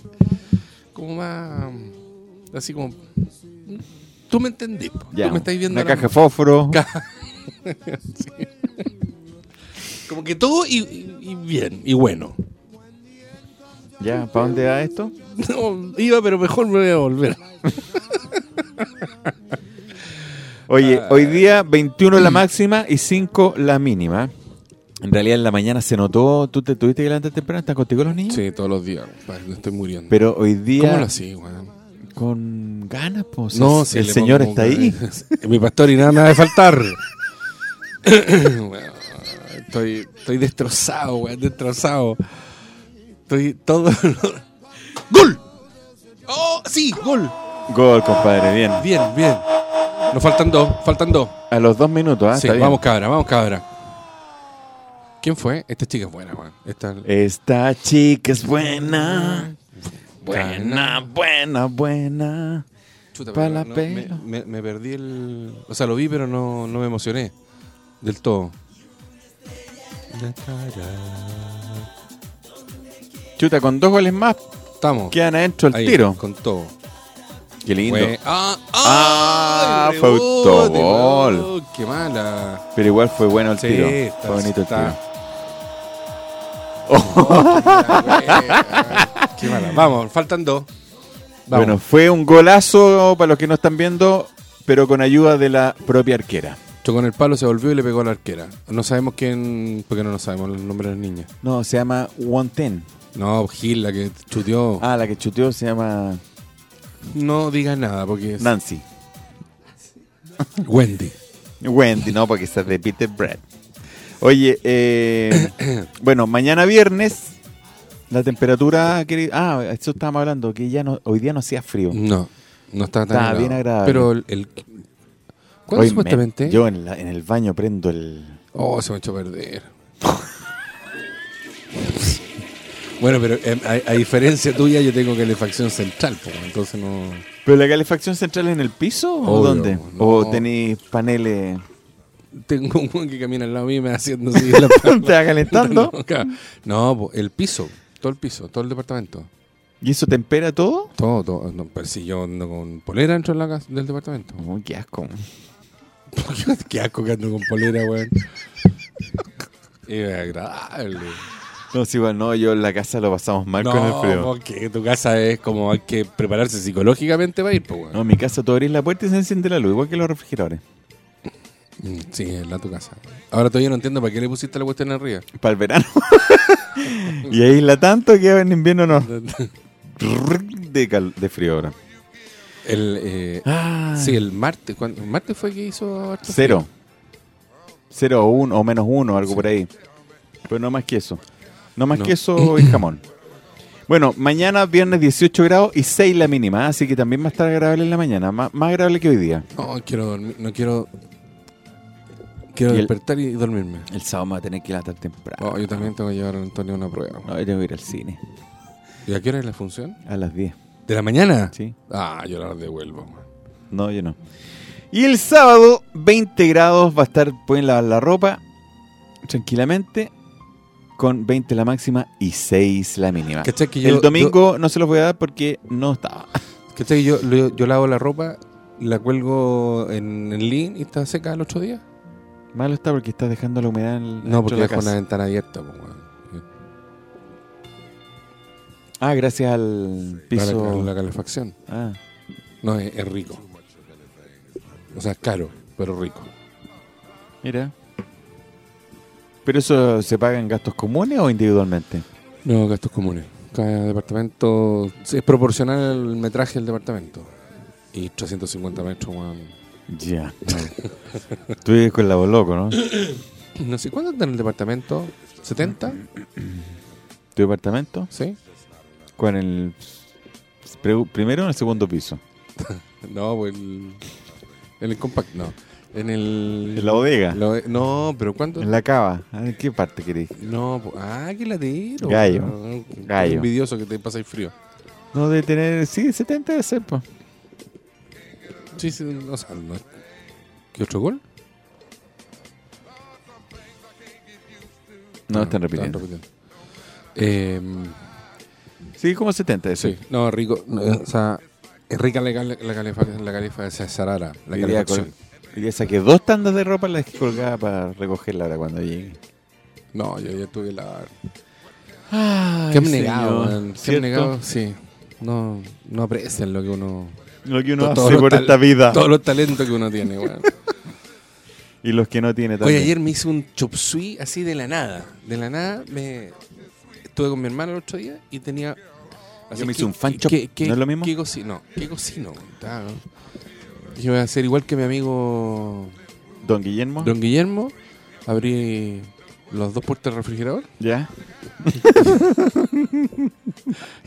[SPEAKER 2] como más, así como, tú me entendís, po.
[SPEAKER 4] Ya,
[SPEAKER 2] tú me estás viendo
[SPEAKER 4] Una
[SPEAKER 2] la-
[SPEAKER 4] caja de fósforo.
[SPEAKER 2] Ca- Sí. como que todo y, y- y bien y bueno.
[SPEAKER 4] ya, ¿para dónde va esto?
[SPEAKER 2] No, iba, pero mejor me voy a volver.
[SPEAKER 4] Oye,
[SPEAKER 2] Ah.
[SPEAKER 4] hoy día 21 la máxima y 5 la mínima. En realidad en la mañana se notó, tú te tuviste que levantar temprano, ¿están contigo los niños?
[SPEAKER 2] Sí, todos los días, compadre, me estoy muriendo.
[SPEAKER 4] Pero hoy día
[SPEAKER 2] ¿Cómo lo hacía, weón?
[SPEAKER 4] con ganas, pues.
[SPEAKER 2] No,
[SPEAKER 4] el,
[SPEAKER 2] si
[SPEAKER 4] el
[SPEAKER 2] le
[SPEAKER 4] señor
[SPEAKER 2] pongo-
[SPEAKER 4] está ahí.
[SPEAKER 2] Mi pastor y nada me ha de faltar. Bueno, estoy, estoy destrozado, weón, destrozado. Estoy todo. ¡Gol! ¡Oh, sí! ¡Gol!
[SPEAKER 4] Gol, compadre, bien.
[SPEAKER 2] Bien, bien. Nos faltan dos, faltan dos.
[SPEAKER 4] A los dos minutos, ¿ah?
[SPEAKER 2] sí,
[SPEAKER 4] Está bien.
[SPEAKER 2] vamos cabra, vamos cabra. ¿Quién fue? Esta chica es buena, weón. Esta-
[SPEAKER 4] Eh, Esta chica es buena. Buena, buena, buena.
[SPEAKER 2] Chuta,
[SPEAKER 4] pa'
[SPEAKER 2] pero
[SPEAKER 4] la
[SPEAKER 2] no, me,
[SPEAKER 4] pena.
[SPEAKER 2] me- me perdí el. O sea, lo vi, pero no, no me emocioné. Del todo.
[SPEAKER 4] Chuta, con dos goles más
[SPEAKER 2] Estamos.
[SPEAKER 4] quedan adentro el
[SPEAKER 2] Ahí,
[SPEAKER 4] tiro.
[SPEAKER 2] Con todo.
[SPEAKER 4] Qué lindo.
[SPEAKER 2] Fue- ¡Ah!
[SPEAKER 4] Ah,
[SPEAKER 2] ¡Ay,
[SPEAKER 4] fue
[SPEAKER 2] rebote,
[SPEAKER 4] autogol.
[SPEAKER 2] weón! ¡Qué mala!
[SPEAKER 4] Pero igual fue bueno el
[SPEAKER 2] Sí,
[SPEAKER 4] tiro.
[SPEAKER 2] está-
[SPEAKER 4] Fue bonito el
[SPEAKER 2] está-
[SPEAKER 4] tiro.
[SPEAKER 2] ¡Qué mala! Vamos, faltan dos. Vamos.
[SPEAKER 4] Bueno, fue un golazo para los que no están viendo, pero con ayuda de la propia arquera.
[SPEAKER 2] Chocó en el palo, se volvió y le pegó a la arquera. No sabemos quién. Porque no nos sabemos el nombre de la niña.
[SPEAKER 4] No, se llama Wonten.
[SPEAKER 2] No, Gil, la que chuteó.
[SPEAKER 4] Ah, la que chuteó se llama
[SPEAKER 2] No digas nada porque es.
[SPEAKER 4] Nancy.
[SPEAKER 2] Wendy.
[SPEAKER 4] Wendy, no, porque esa es de Peter Brad. Oye, eh, bueno, mañana viernes la temperatura... queri- Ah, eso estábamos hablando, que ya no, hoy día no hacía frío.
[SPEAKER 2] No, no estaba tan
[SPEAKER 4] Estaba bien agradable.
[SPEAKER 2] Pero el. el- ¿Cuándo
[SPEAKER 4] Hoy me-
[SPEAKER 2] supuestamente?
[SPEAKER 4] yo en, la- en el baño prendo el...
[SPEAKER 2] Oh, se me echó a perder. Bueno, pero em, a, a diferencia tuya, yo tengo calefacción central, pues, entonces no.
[SPEAKER 4] ¿Pero la calefacción central en el piso o
[SPEAKER 2] Obvio,
[SPEAKER 4] dónde?
[SPEAKER 2] no.
[SPEAKER 4] ¿O tenéis paneles?
[SPEAKER 2] Tengo un weón que camina al lado mío y me va haciendo así. la palma.
[SPEAKER 4] Te va calentando.
[SPEAKER 2] No, ca- no, po, el piso, todo el piso, todo el departamento.
[SPEAKER 4] ¿Y eso tempera todo?
[SPEAKER 2] Todo, todo. No, pero si yo ando con polera dentro de la casa- del departamento.
[SPEAKER 4] Oh, qué asco.
[SPEAKER 2] Qué asco que ando con polera, weón. Es agradable.
[SPEAKER 4] No, sí, bueno, no, yo en la casa lo pasamos mal con el frío.
[SPEAKER 2] No, porque tu casa es como hay que prepararse psicológicamente para ir, pues, weón.
[SPEAKER 4] No, en mi casa tú abrís la puerta y se enciende la luz, igual que los refrigeradores.
[SPEAKER 2] Mm, Sí, es la tu casa. Ahora todavía no entiendo para qué le pusiste la cuestión arriba.
[SPEAKER 4] Para el verano. y ahí la tanto que en invierno no. De, cal- de frío ahora.
[SPEAKER 2] El, eh,
[SPEAKER 4] Ah,
[SPEAKER 2] sí, el martes. ¿cuándo? ¿El martes fue que hizo harto frío?
[SPEAKER 4] Cero. Cero o uno, o menos uno, algo por ahí. Pero no más que eso. No más
[SPEAKER 2] No.
[SPEAKER 4] que eso y jamón. Bueno, mañana viernes 18 grados y 6 la mínima, así que también va a estar agradable en la mañana, más, más agradable que hoy día.
[SPEAKER 2] No, quiero dormir. No quiero. Quiero
[SPEAKER 4] Y el-
[SPEAKER 2] despertar y dormirme.
[SPEAKER 4] El sábado va a tener que ir a estar temprano.
[SPEAKER 2] No, yo también tengo que llevar a Antonio a una prueba.
[SPEAKER 4] No, yo voy a ir al cine
[SPEAKER 2] ¿Y a qué hora es la función?
[SPEAKER 4] a las 10.
[SPEAKER 2] ¿De la mañana?
[SPEAKER 4] Sí.
[SPEAKER 2] Ah, yo la devuelvo. weón.
[SPEAKER 4] No, yo no. Y el sábado, 20 grados, va a estar, pueden lavar la ropa tranquilamente, con 20 la máxima y 6 la mínima.
[SPEAKER 2] Ah. ¿Cachai que yo,
[SPEAKER 4] El domingo no se los voy a dar porque no estaba.
[SPEAKER 2] Yo, ¿cachai que yo, yo, yo lavo la ropa, la cuelgo en el lin y está seca el otro día?
[SPEAKER 4] Malo está porque estás dejando la humedad en
[SPEAKER 2] No, porque
[SPEAKER 4] la
[SPEAKER 2] dejo una
[SPEAKER 4] casa.
[SPEAKER 2] ventana abierta. pues, weón.
[SPEAKER 4] Ah, gracias al
[SPEAKER 2] Para
[SPEAKER 4] piso.
[SPEAKER 2] la, la calefacción.
[SPEAKER 4] Ah,
[SPEAKER 2] No, es, es rico. O sea, es caro, pero rico.
[SPEAKER 4] mira. ¿Pero eso se paga en gastos comunes o individualmente?
[SPEAKER 2] No, gastos comunes. Cada departamento sí, es proporcional al metraje del departamento. Y 350 metros, weón.
[SPEAKER 4] Ya. Tú vives con la voz loco, ¿no?
[SPEAKER 2] No sé cuánto está en el departamento. ¿70?
[SPEAKER 4] ¿Tu departamento?
[SPEAKER 2] ¿Sí?
[SPEAKER 4] Con el pre- primero o el segundo piso.
[SPEAKER 2] No, pues el, en el compact, no. En el.
[SPEAKER 4] En la bodega.
[SPEAKER 2] lo- e, no, pero ¿cuánto?
[SPEAKER 4] En la cava. Ah, ¿En qué parte querés?
[SPEAKER 2] No, po- ah, qué latero.
[SPEAKER 4] Gallo,
[SPEAKER 2] weón. Ah, Qué
[SPEAKER 4] gallo.
[SPEAKER 2] envidioso que te pasa el frío.
[SPEAKER 4] No, de tener. Sí, 70 de ser, po.
[SPEAKER 2] Sí, sí, o sea, no. ¿Qué otro gol?
[SPEAKER 4] No, están repitiendo.
[SPEAKER 2] Eh,
[SPEAKER 4] Eh, Sí, como 70 de
[SPEAKER 2] sí,
[SPEAKER 4] ser.
[SPEAKER 2] no, rico. no, o sea, es rica la, cale- la, calefa- la calefa esa Sarara, la
[SPEAKER 4] Hoy día
[SPEAKER 2] calefacción.
[SPEAKER 4] col- hoy día saqué dos tandas de ropa las que colgaba para recogerla ahora cuando llegue.
[SPEAKER 2] No, yo ya tuve la.
[SPEAKER 4] Ah,
[SPEAKER 2] Qué abnegado, weón, Qué
[SPEAKER 4] ¿Cierto?
[SPEAKER 2] abnegado, sí. No, no aprecian lo que uno.
[SPEAKER 4] Lo que uno
[SPEAKER 2] to- todos
[SPEAKER 4] hace
[SPEAKER 2] los
[SPEAKER 4] por
[SPEAKER 2] tal-
[SPEAKER 4] esta vida.
[SPEAKER 2] Todos los talentos que uno tiene, weón.
[SPEAKER 4] Y los que no tiene
[SPEAKER 2] Oye,
[SPEAKER 4] también.
[SPEAKER 2] ayer me hice un chop suey así de la nada. De la nada me estuve con mi hermano el otro día y tenía.
[SPEAKER 4] Yo me hice
[SPEAKER 2] ¿qué-
[SPEAKER 4] un fan
[SPEAKER 2] qué-
[SPEAKER 4] chop?
[SPEAKER 2] qué- qué-
[SPEAKER 4] ¿No es lo mismo?
[SPEAKER 2] ¿Qué cocino? ¿Qué cocino? Claro. Yo voy a hacer igual que mi amigo
[SPEAKER 4] Don Guillermo.
[SPEAKER 2] Don Guillermo. Abrí los dos puertas del refrigerador.
[SPEAKER 4] Ya.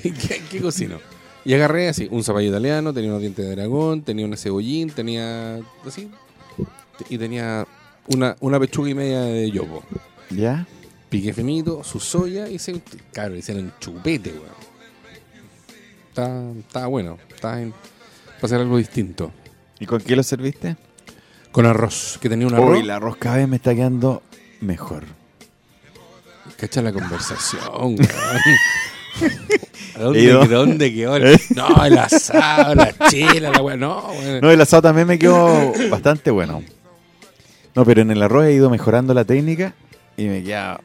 [SPEAKER 2] ¿Qué, qué cocino? Y agarré así, un zapallo italiano, tenía unos dientes de dragón, tenía una cebollín, tenía así, y tenía una, una pechuga y media de yopo.
[SPEAKER 4] Ya.
[SPEAKER 2] Pique finito, su soya y se. Claro, hicieron chupete, weón. Está, está bueno, está en. Para hacer algo distinto.
[SPEAKER 4] ¿Y con qué lo serviste?
[SPEAKER 2] Con arroz, que tenía un
[SPEAKER 4] Uy,
[SPEAKER 2] arroz.
[SPEAKER 4] el arroz cada vez me está quedando mejor.
[SPEAKER 2] Cacha la conversación, weón. ¿A dónde,
[SPEAKER 4] Ido. Eh.
[SPEAKER 2] dónde quedó? el- No, el asado, la chela, la weón. No, weón.
[SPEAKER 4] No, el asado también me quedó bastante bueno. No, pero en el arroz he ido mejorando la técnica y me queda.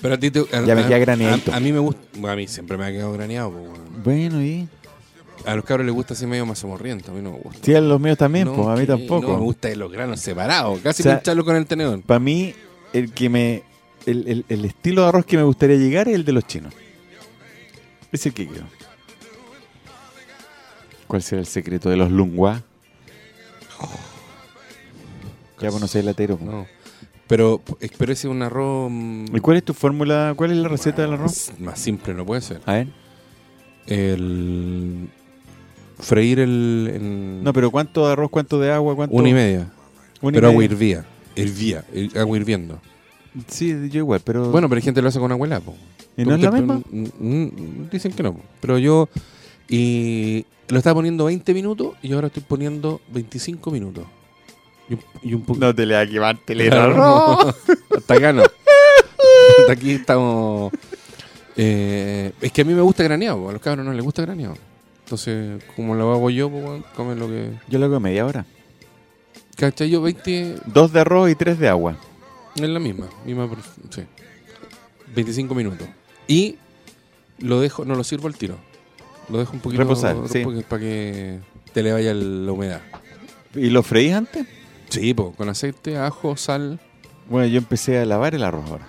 [SPEAKER 2] Pero a ti te. a-
[SPEAKER 4] Ya me
[SPEAKER 2] a-
[SPEAKER 4] queda graneadito.
[SPEAKER 2] A, a mí me gusta. A mí siempre me ha quedado graneado, po, weón.
[SPEAKER 4] Bueno, y.
[SPEAKER 2] A los cabros les gusta así medio mazamorriento, a mí no me gusta.
[SPEAKER 4] Sí, a los míos también,
[SPEAKER 2] No,
[SPEAKER 4] pues a mí
[SPEAKER 2] que-
[SPEAKER 4] tampoco.
[SPEAKER 2] No, me gusta de los granos separados, casi
[SPEAKER 4] O sea,
[SPEAKER 2] pincharlo con el tenedor.
[SPEAKER 4] Para mí, el que me. El, el- el estilo de arroz que me gustaría llegar es el de los chinos. Es el que quiero. ¿Cuál será el secreto de los lungua? Ya conocéis el atero. po.
[SPEAKER 2] No. Pero, eh, pero ese es un arroz. mm,
[SPEAKER 4] ¿Y cuál es tu fórmula? ¿Cuál es la receta del arroz?
[SPEAKER 2] Más, más simple no puede ser.
[SPEAKER 4] A ver.
[SPEAKER 2] El. Freír el. en
[SPEAKER 4] No, pero ¿cuánto de arroz, cuánto de agua? Cuánto?
[SPEAKER 2] Una y media.
[SPEAKER 4] Una y
[SPEAKER 2] pero agua
[SPEAKER 4] media.
[SPEAKER 2] hirvía. Hirvía. hir- Agua hirviendo.
[SPEAKER 4] Sí, yo igual, pero.
[SPEAKER 2] Bueno, pero hay gente que lo hace con abuela, po.
[SPEAKER 4] ¿Y no es la misma?
[SPEAKER 2] Mm, mm, Dicen que no, po. pero yo. Y lo estaba poniendo 20 minutos y ahora estoy poniendo 25 minutos. Y un, y un poco.
[SPEAKER 4] no te le da que llevarte el
[SPEAKER 2] Claro.
[SPEAKER 4] error.
[SPEAKER 2] Hasta acá no. Hasta aquí estamos. Eh, es que a mí me gusta graneado, po. a los cabros no les gusta graneado. Entonces, como lo hago yo, po, weón, comen lo que.
[SPEAKER 4] Yo lo hago a media hora.
[SPEAKER 2] ¿Cachai? Yo 20
[SPEAKER 4] Dos de arroz y tres de agua.
[SPEAKER 2] Es la misma, misma por- sí. 25 minutos. Y lo dejo, no lo sirvo al tiro. Lo dejo un poquito
[SPEAKER 4] Reposar,
[SPEAKER 2] un
[SPEAKER 4] sí.
[SPEAKER 2] poqu- para que te le vaya el- la humedad.
[SPEAKER 4] ¿Y lo freís antes?
[SPEAKER 2] Sí, po, con aceite, ajo, sal.
[SPEAKER 4] Bueno, yo empecé a lavar el arroz ahora.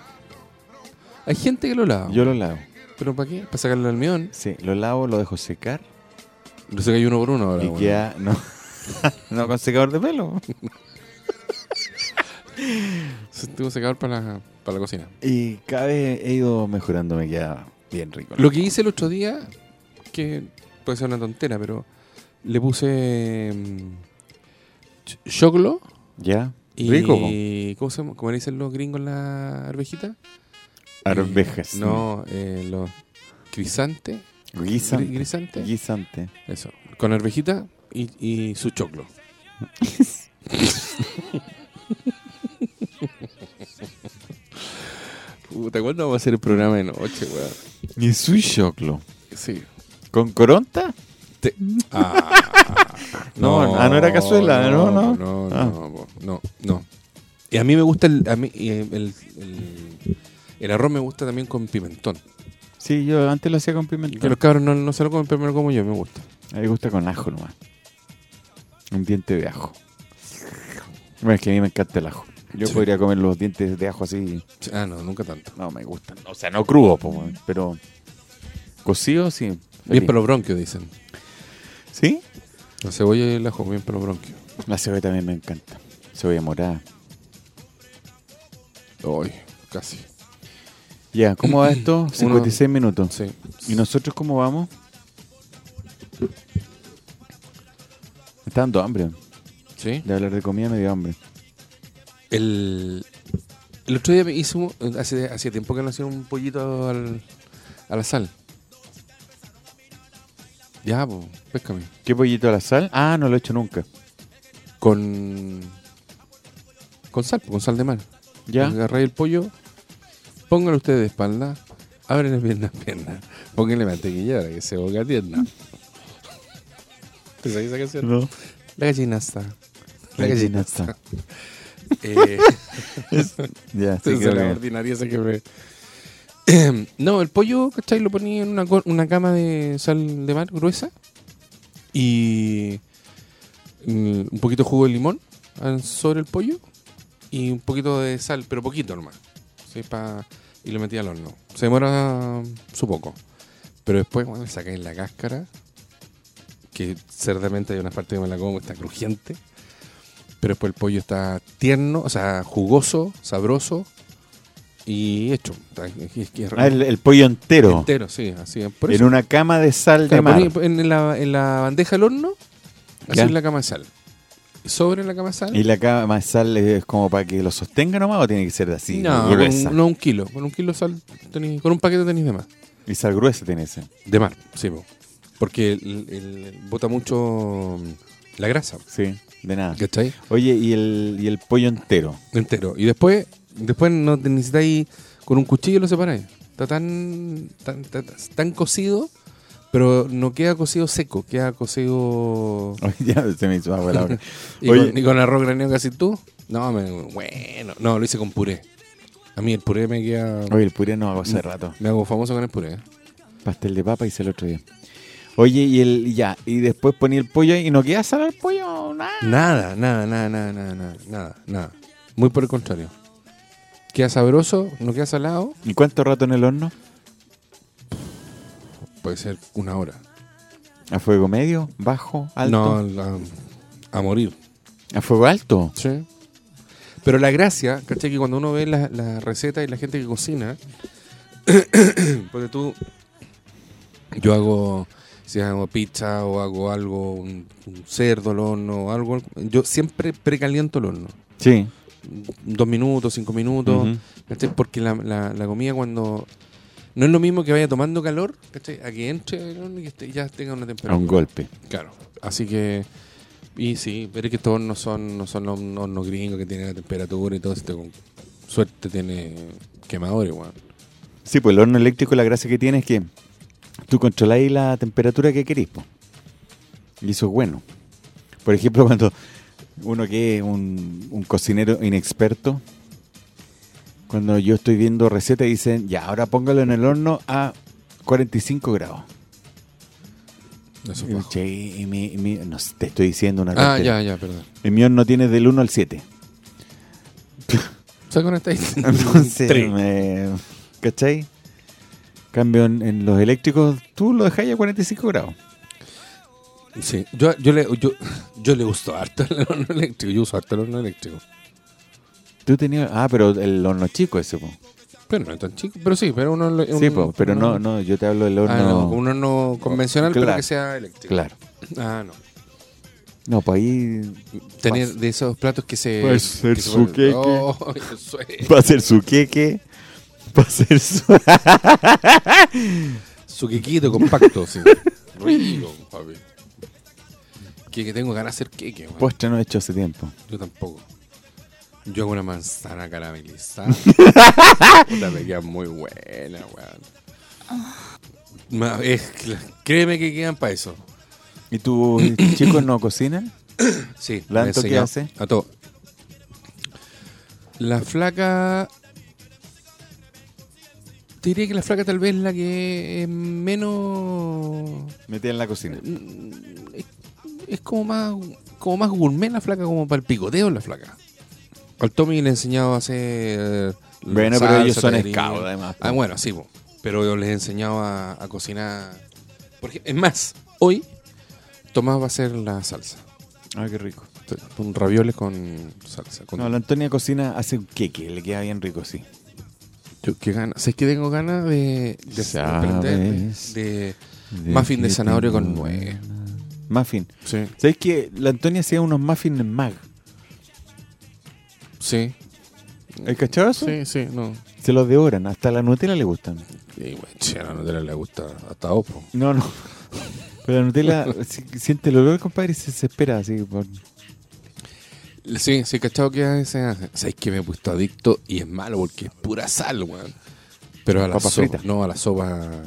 [SPEAKER 2] Hay gente que lo lava.
[SPEAKER 4] Yo lo lavo.
[SPEAKER 2] ¿Pero para qué? Para sacarle el almidón.
[SPEAKER 4] Sí, lo lavo, lo dejo secar
[SPEAKER 2] Lo sé que hay uno por uno ahora.
[SPEAKER 4] y
[SPEAKER 2] bueno.
[SPEAKER 4] queda. No, no con secador de pelo.
[SPEAKER 2] Se Tengo secador para la, para la cocina.
[SPEAKER 4] Y cada vez he ido mejorando, me queda bien rico.
[SPEAKER 2] Lo que hice el otro día, que puede ser una tontera, pero le puse mm, ch- choclo.
[SPEAKER 4] ¿Ya?
[SPEAKER 2] Y,
[SPEAKER 4] Rico, po.
[SPEAKER 2] ¿cómo, se llama? ¿Cómo le dicen los gringos la arvejita?
[SPEAKER 4] Arvejas.
[SPEAKER 2] Eh, no, eh, los crisantes.
[SPEAKER 4] Guisante.
[SPEAKER 2] Gri- grisante.
[SPEAKER 4] Guisante.
[SPEAKER 2] Eso. Con arvejita y, y su choclo. Puta, ¿cuándo vamos a hacer el programa de noche, weón?
[SPEAKER 4] Y su choclo.
[SPEAKER 2] Sí.
[SPEAKER 4] ¿Con coronta?
[SPEAKER 2] Te- Ah,
[SPEAKER 4] No, ah, no era cazuela, no, no.
[SPEAKER 2] No, no,
[SPEAKER 4] Ah.
[SPEAKER 2] no, no, no. Y a mí me gusta el, a mí, y eh, el, el- el arroz me gusta también con pimentón.
[SPEAKER 4] Sí, yo antes lo hacía con
[SPEAKER 2] Que
[SPEAKER 4] pimentón.
[SPEAKER 2] los cabros no, no se lo comen, pero me lo como yo, me gusta.
[SPEAKER 4] A mí me gusta con ajo nomás. Un diente de ajo. Bueno, es que a mí me encanta el ajo. Yo
[SPEAKER 2] Sí.
[SPEAKER 4] podría comer los dientes de ajo así.
[SPEAKER 2] Ah, no, nunca tanto.
[SPEAKER 4] No, me gustan. O sea, no crudo, po, weón, pero cocido sí.
[SPEAKER 2] Bien
[SPEAKER 4] Feliz.
[SPEAKER 2] para los bronquios, dicen.
[SPEAKER 4] ¿Sí?
[SPEAKER 2] La cebolla y el ajo, bien para los bronquios.
[SPEAKER 4] La cebolla también me encanta. Cebolla morada.
[SPEAKER 2] Ay, casi.
[SPEAKER 4] Ya, ¿cómo va esto? 56 minutos.
[SPEAKER 2] Sí.
[SPEAKER 4] ¿Y nosotros cómo vamos? Me está dando hambre.
[SPEAKER 2] ¿Sí?
[SPEAKER 4] De hablar de comida me dio hambre.
[SPEAKER 2] El, el otro día me hice, un- eh, hace, hace tiempo que no hacía un pollito al, a la sal. Ya, pues, péscame.
[SPEAKER 4] ¿Qué pollito a la sal? Ah, no lo he hecho nunca.
[SPEAKER 2] Con. Con sal, po, con sal de mar.
[SPEAKER 4] ¿Ya?
[SPEAKER 2] Agarráis el pollo, póngalo ustedes de espalda, ábrele bien las piernas, póngale mantequilla para que se boca tierna. ¿Te sabes esa canción?
[SPEAKER 4] No.
[SPEAKER 2] La gallinasta.
[SPEAKER 4] La gallinasta.
[SPEAKER 2] Eh,
[SPEAKER 4] Ya, sí, creo
[SPEAKER 2] esa es la
[SPEAKER 4] Este que-
[SPEAKER 2] ordinaria esa que me- No, el pollo, ¿cachai? Lo ponía en una, co- una cama de sal de mar gruesa y mm, un poquito de jugo de limón ah, sobre el pollo y un poquito de sal, pero poquito nomás. ¿sí? Pa- y lo metía al horno. Se demora mm, su poco. Pero después, bueno, le sacáis la cáscara, que cerdamente hay unas partes que me la como, está crujiente. Pero después el pollo está tierno, o sea, jugoso, sabroso y hecho. Está- es que es
[SPEAKER 4] Ah, el, el pollo entero.
[SPEAKER 2] entero, sí, así. Por
[SPEAKER 4] En
[SPEAKER 2] eso.
[SPEAKER 4] una cama de sal de
[SPEAKER 2] Claro,
[SPEAKER 4] mar.
[SPEAKER 2] poní en, la, en la bandeja del horno, así
[SPEAKER 4] Ya.
[SPEAKER 2] en la cama de sal. Sobre la cama de sal.
[SPEAKER 4] ¿Y la cama de sal es como para que lo sostenga nomás o tiene que ser de así?
[SPEAKER 2] no,
[SPEAKER 4] gruesa.
[SPEAKER 2] con, no un kilo. Con un kilo de sal, tení- con un paquete tenéis de más.
[SPEAKER 4] Y sal gruesa tiene ese.
[SPEAKER 2] De mar, sí, po. porque el- el- bota mucho mm, la grasa,
[SPEAKER 4] Sí, de nada.
[SPEAKER 2] ¿cachai?
[SPEAKER 4] Oye, ¿y el, y el pollo entero?
[SPEAKER 2] Entero. Y después, después no te necesitáis con un cuchillo lo separáis. Está tan, tan, tan, tan cocido, pero no queda cocido seco, queda cocido.
[SPEAKER 4] Oye, ya se me hizo agua la boca.
[SPEAKER 2] Y,
[SPEAKER 4] Oye,
[SPEAKER 2] con, y con arroz graneado casi tú. No, me- bueno, no, lo hice con puré. A mí el puré me queda.
[SPEAKER 4] oye, el puré no hago hace rato.
[SPEAKER 2] Me hago famoso con el puré. ¿eh?
[SPEAKER 4] Pastel de papa hice el otro día. Oye, y el ya, y después ponía el pollo ahí, y no queda sal al pollo, nada.
[SPEAKER 2] Nada, nada, nada, nada, nada, nada, nada, nada. Muy por el contrario. Queda sabroso, no queda salado.
[SPEAKER 4] ¿Y cuánto rato en el horno?
[SPEAKER 2] Puede ser una hora.
[SPEAKER 4] ¿A fuego medio? ¿Bajo?
[SPEAKER 2] No,
[SPEAKER 4] ¿Alto?
[SPEAKER 2] la- a morir.
[SPEAKER 4] ¿A fuego alto?
[SPEAKER 2] Sí. Pero la gracia, ¿cachai? Que cuando uno ve las la recetas y la gente que cocina, porque tú, yo hago, si hago pizza o hago algo, un, un cerdo al horno o algo, yo siempre precaliento el horno.
[SPEAKER 4] Sí.
[SPEAKER 2] dos minutos, cinco minutos,
[SPEAKER 4] Ujú.
[SPEAKER 2] ¿cachai? Porque la, la- la comida cuando... No es lo mismo que vaya tomando calor, ¿cachai? A que entre ¿no? y que esté- ya tenga una
[SPEAKER 4] A
[SPEAKER 2] temperatura.
[SPEAKER 4] un golpe.
[SPEAKER 2] Claro. Así que. Y sí, pero es que estos no son, no son hor- hornos gringos que tienen la temperatura y todo esto. Con suerte tiene quemadores, weón.
[SPEAKER 4] Sí, pues el horno eléctrico la gracia que tiene es que tú controláis la temperatura que querís. po. Y eso es bueno. Por ejemplo, cuando uno que es un, un cocinero inexperto, cuando yo estoy viendo recetas dicen, ya, ahora póngalo en el horno a 45 grados.
[SPEAKER 2] Eso es
[SPEAKER 4] Y
[SPEAKER 2] bajo.
[SPEAKER 4] che, y mi- y mi- no sé, te estoy diciendo una
[SPEAKER 2] Ah,
[SPEAKER 4] tontera.
[SPEAKER 2] ya, ya, perdón.
[SPEAKER 4] El mío no tiene del 1 al 7.
[SPEAKER 2] ¿Sabes con esta
[SPEAKER 4] Entonces, me- ¿cachai? Cambio en, en los eléctricos, tú lo dejáis a 45 grados.
[SPEAKER 2] Sí, yo, yo, le, yo, yo le gusto harto el horno eléctrico. Yo uso harto el horno eléctrico.
[SPEAKER 4] Tú tenías. Ah, pero el horno chico ese, po.
[SPEAKER 2] Pero no es tan chico. Pero sí, pero uno. le-
[SPEAKER 4] Sí,
[SPEAKER 2] un-
[SPEAKER 4] po, pero no,
[SPEAKER 2] uno-
[SPEAKER 4] no, yo te hablo del horno.
[SPEAKER 2] Ah, no, un horno convencional, pero
[SPEAKER 4] Claro.
[SPEAKER 2] que sea eléctrico.
[SPEAKER 4] Claro.
[SPEAKER 2] Ah, no.
[SPEAKER 4] No, pues ahí.
[SPEAKER 2] Tener de esos platos que se.
[SPEAKER 4] Puede ser
[SPEAKER 2] que se vuelven-
[SPEAKER 4] zuqueque.
[SPEAKER 2] Oh, yo soy-
[SPEAKER 4] Va a ser su queque. Va a ser su.
[SPEAKER 2] Su quequito compacto, sí. Rico, papi. Que, que tengo ganas de hacer queque, weón.
[SPEAKER 4] Postre Pues no he hecho hace tiempo.
[SPEAKER 2] Yo tampoco. Yo hago una manzana caramelizada. Puta, me queda muy buena, weón. Ma- es que la- créeme que quedan para eso.
[SPEAKER 4] ¿Y tus chicos no cocinan?
[SPEAKER 2] Sí,
[SPEAKER 4] ¿La
[SPEAKER 2] me
[SPEAKER 4] Anto qué
[SPEAKER 2] enseñó
[SPEAKER 4] hace?
[SPEAKER 2] A todo. La flaca. Te diría que la flaca tal vez la que es menos.
[SPEAKER 4] Metí en la cocina.
[SPEAKER 2] es como más como más gourmet la flaca, como para el picoteo la flaca. Al Tommy le he enseñado a hacer.
[SPEAKER 4] Bueno, pero ellos son
[SPEAKER 2] tallarín.
[SPEAKER 4] escabos, además,
[SPEAKER 2] Ah,
[SPEAKER 4] po.
[SPEAKER 2] bueno, sí, po. pero yo les he enseñado a, a cocinar. Porque, es más, hoy Tomás va a hacer la salsa.
[SPEAKER 4] Ah, qué rico.
[SPEAKER 2] Un ravioles con salsa. Con
[SPEAKER 4] No, la Antonia cocina hace un queque, le queda bien rico, sí.
[SPEAKER 2] Yo, qué ganas. ¿Sabes que tengo ganas de, de
[SPEAKER 4] Sabes.
[SPEAKER 2] aprender de, de muffin de zanahoria con nuez?
[SPEAKER 4] Muffin.
[SPEAKER 2] Sí,
[SPEAKER 4] ¿Sabéis que la Antonia hacía unos muffins en mag?
[SPEAKER 2] sí,
[SPEAKER 4] ¿El cachado eso?
[SPEAKER 2] sí, sí, no.
[SPEAKER 4] Se los devoran, hasta a la Nutella le gustan.
[SPEAKER 2] Y bueno, che, a la Nutella le gusta hasta a vos, po.
[SPEAKER 4] No, no. Pero la Nutella si- siente el olor, compadre, y se desespera así. por-
[SPEAKER 2] Sí, sí, cachado que a veces hace. Sabes que me he puesto adicto y es malo porque es pura sal, weón. Pero a la
[SPEAKER 4] Papa
[SPEAKER 2] sopa,
[SPEAKER 4] frita.
[SPEAKER 2] no, a la sopa,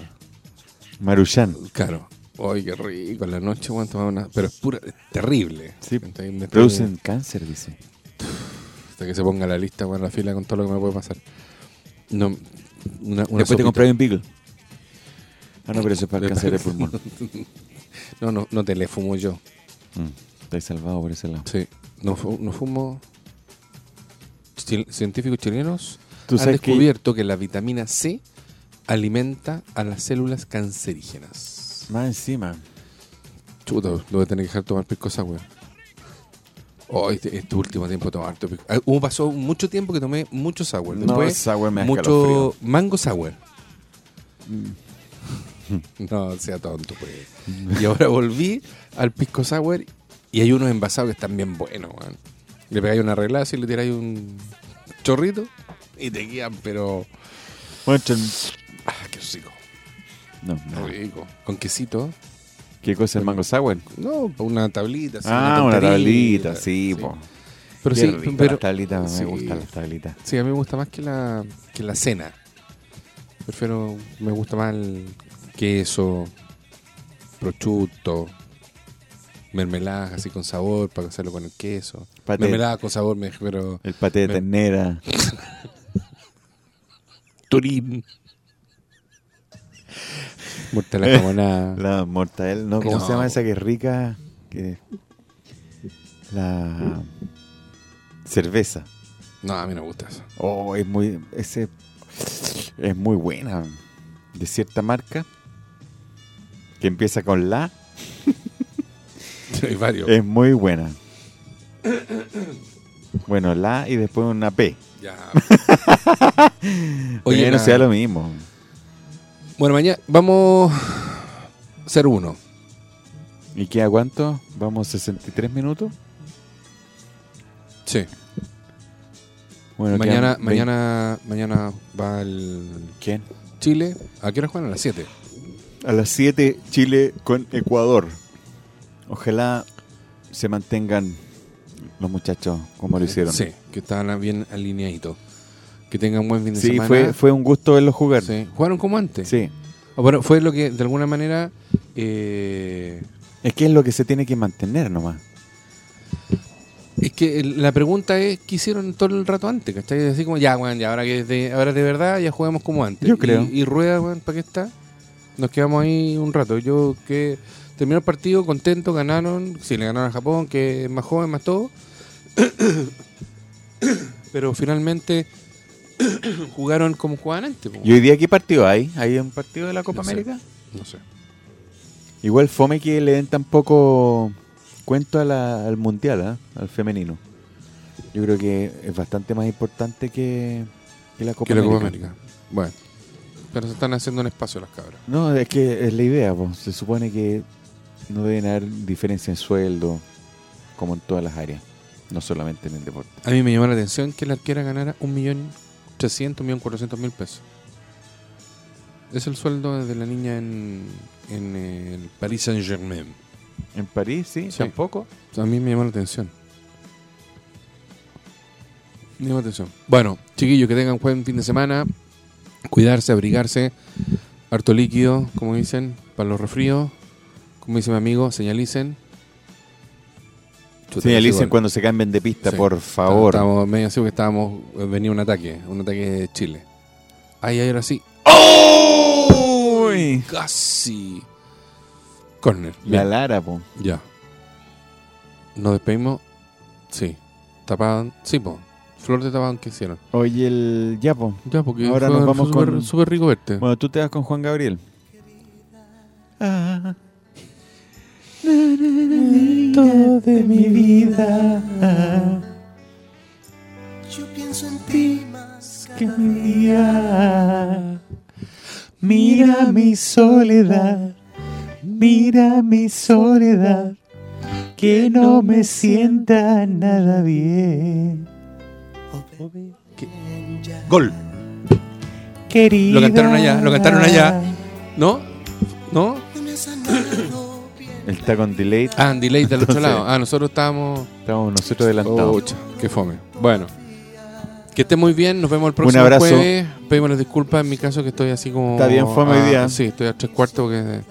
[SPEAKER 4] Maruchan.
[SPEAKER 2] claro. Ay, qué rico, en la noche, weón, tomar una... Pero es pura, es terrible.
[SPEAKER 4] Sí,
[SPEAKER 2] Entonces, me estoy-
[SPEAKER 4] Producen cáncer, dice.
[SPEAKER 2] Hasta que se ponga la lista, weón, la fila con todo lo que me puede pasar. No, una, una
[SPEAKER 4] Después te
[SPEAKER 2] sopita.
[SPEAKER 4] compras un pickle. Ah, no, pero eso es para el cáncer de pulmón.
[SPEAKER 2] No, no, no te le fumo yo.
[SPEAKER 4] Mm, Estáis salvado por ese lado.
[SPEAKER 2] Sí, no, fu- no fumo. Chil- científicos chilenos
[SPEAKER 4] Tú
[SPEAKER 2] han
[SPEAKER 4] sabes que-
[SPEAKER 2] descubierto que... la vitamina C alimenta a las células cancerígenas.
[SPEAKER 4] Más encima.
[SPEAKER 2] Chuta, lo voy a tener que dejar tomar pisco esa weá. Oh, este, este último tiempo tomar pisco. Ah, Hubo pasó mucho tiempo que tomé mucho sour.
[SPEAKER 4] No,
[SPEAKER 2] Después,
[SPEAKER 4] sour me da
[SPEAKER 2] mucho
[SPEAKER 4] escalofrío.
[SPEAKER 2] mango sour.
[SPEAKER 4] Mm.
[SPEAKER 2] no, sea tonto, pues. Y ahora volví al pisco sour y hay unos envasados que están bien buenos, weón. Le pegáis una relaza y le tiráis un chorrito y te quedan, pero.
[SPEAKER 4] Bueno, chon-
[SPEAKER 2] Ah, qué rico,
[SPEAKER 4] no, no.
[SPEAKER 2] rico. Con quesito.
[SPEAKER 4] ¿Qué cosa es mango sour?
[SPEAKER 2] No, una tablita. así,
[SPEAKER 4] Ah, una
[SPEAKER 2] tonterita.
[SPEAKER 4] tablita, sí, po.
[SPEAKER 2] Pero
[SPEAKER 4] Qué
[SPEAKER 2] sí,
[SPEAKER 4] rico,
[SPEAKER 2] pero,
[SPEAKER 4] las tablitas,
[SPEAKER 2] sí.
[SPEAKER 4] me gustan las tablitas.
[SPEAKER 2] Sí, a mí me gusta más que la, que la cena. Prefiero, me gusta más el queso, prosciutto, mermeladas así con sabor para hacerlo con el queso.
[SPEAKER 4] Paté.
[SPEAKER 2] Mermeladas con sabor, me- pero
[SPEAKER 4] El paté de
[SPEAKER 2] Me-
[SPEAKER 4] ternera.
[SPEAKER 2] Turín. Muerta la jamonada.
[SPEAKER 4] La mortadela, no, ¿cómo
[SPEAKER 2] No.
[SPEAKER 4] se llama esa que es rica? Que... La cerveza.
[SPEAKER 2] No, a mí no me gusta eso.
[SPEAKER 4] Oh, es muy. Ese, es muy buena. De cierta marca. Que empieza con la.
[SPEAKER 2] Hay varios.
[SPEAKER 4] Es muy buena. Bueno, la y después una P.
[SPEAKER 2] Ya.
[SPEAKER 4] Oye, no
[SPEAKER 2] la-
[SPEAKER 4] sea lo mismo.
[SPEAKER 2] Bueno, mañana vamos a hacer uno.
[SPEAKER 4] ¿Y qué cuánto? ¿Vamos 63 minutos?
[SPEAKER 2] Sí.
[SPEAKER 4] Bueno,
[SPEAKER 2] mañana,
[SPEAKER 4] quedan
[SPEAKER 2] mañana, mañana va el
[SPEAKER 4] 20. ¿Quién?
[SPEAKER 2] Chile. ¿A qué hora juegan? A las 7.
[SPEAKER 4] A las 7, Chile con Ecuador. Ojalá se mantengan los muchachos como lo hicieron.
[SPEAKER 2] Sí, que están bien alineaditos. Que tengan buen fin de
[SPEAKER 4] Sí,
[SPEAKER 2] semana.
[SPEAKER 4] fue, fue un gusto verlos jugar. Sí.
[SPEAKER 2] Sí, Jugaron como antes. Ah, Bueno, fue lo que de alguna manera. eh,
[SPEAKER 4] Es que es lo que se tiene que mantener nomás.
[SPEAKER 2] es que el- la pregunta es: ¿qué hicieron todo el rato antes? ¿Cachai? Así como, ya, weón, ya, ahora que de, ahora de verdad ya jugamos como antes.
[SPEAKER 4] Yo creo.
[SPEAKER 2] Y, y rueda, weón, ¿para qué está? Nos quedamos ahí un rato. Yo que terminó el partido contento, ganaron. Sí, le ganaron a Japón, que es más joven, más todo. Pero finalmente jugaron como jugaban antes. po.
[SPEAKER 4] ¿Y hoy día qué partido hay? ¿Hay un partido de la Copa
[SPEAKER 2] No sé.
[SPEAKER 4] América?
[SPEAKER 2] No sé.
[SPEAKER 4] Igual fome que le den tan poco cuento a la- al mundial, ¿ah? al femenino. Yo creo que es bastante más importante que, que la Copa,
[SPEAKER 2] Que la Copa
[SPEAKER 4] América.
[SPEAKER 2] América. Bueno. Pero se están haciendo un espacio las cabras.
[SPEAKER 4] No, es que es la idea, po. se supone que no deben haber diferencia en sueldo, como en todas las áreas, no solamente en el deporte.
[SPEAKER 2] A mí me llamó la atención que la arquera ganara 1.300.000, 1.400.000 pesos. Es el sueldo de la niña en, en el Paris Saint-Germain.
[SPEAKER 4] En París, sí,
[SPEAKER 2] Sí.
[SPEAKER 4] tampoco.
[SPEAKER 2] A mí me llamó la atención. Me llamó la atención. Bueno, chiquillos, que tengan buen fin de semana. Cuidarse, abrigarse. Harto líquido, como dicen, para los resfríos. Como dice mi amigo, señalicen. Chuta,
[SPEAKER 4] Señalicen
[SPEAKER 2] igual.
[SPEAKER 4] cuando se cambien de pista,
[SPEAKER 2] Sí.
[SPEAKER 4] por favor.
[SPEAKER 2] Estábamos medio así porque estábamos. eh, Venía un ataque, un ataque de Chile. Ahí, ahí, ahora sí.
[SPEAKER 4] Uy,
[SPEAKER 2] Casi. Corner.
[SPEAKER 4] La
[SPEAKER 2] Bien,
[SPEAKER 4] Lara, po.
[SPEAKER 2] Ya. Nos despedimos. Sí. Tapaban. Sí, po. Flor de tapaban que hicieron.
[SPEAKER 4] Oye, el ya, po.
[SPEAKER 2] Ya, porque
[SPEAKER 4] Ahora
[SPEAKER 2] fue-
[SPEAKER 4] nos vamos
[SPEAKER 2] fue súper-
[SPEAKER 4] con-
[SPEAKER 2] súper rico verte.
[SPEAKER 4] Bueno, tú te vas con Juan Gabriel. de mi vida.
[SPEAKER 7] Yo pienso en ti más
[SPEAKER 4] que mi día. Mira mi soledad, mira mi soledad, que no me sienta nada bien.
[SPEAKER 2] Gol.
[SPEAKER 4] Querida.
[SPEAKER 2] Lo cantaron allá, lo cantaron allá. ¿No? ¿No?
[SPEAKER 4] Él está con delay.
[SPEAKER 2] Ah, en delay del otro
[SPEAKER 4] Entonces-
[SPEAKER 2] lado. Ah, nosotros estábamos.
[SPEAKER 4] Estamos nosotros adelantados.
[SPEAKER 2] Pucha, qué fome. Bueno. Que esté muy bien, nos vemos el próximo
[SPEAKER 4] abrazo.
[SPEAKER 2] jueves. Pedimos las disculpas en mi caso que estoy así como.
[SPEAKER 4] Está bien fome hoy
[SPEAKER 2] ah,
[SPEAKER 4] día.
[SPEAKER 2] Sí, estoy a tres cuartos porque.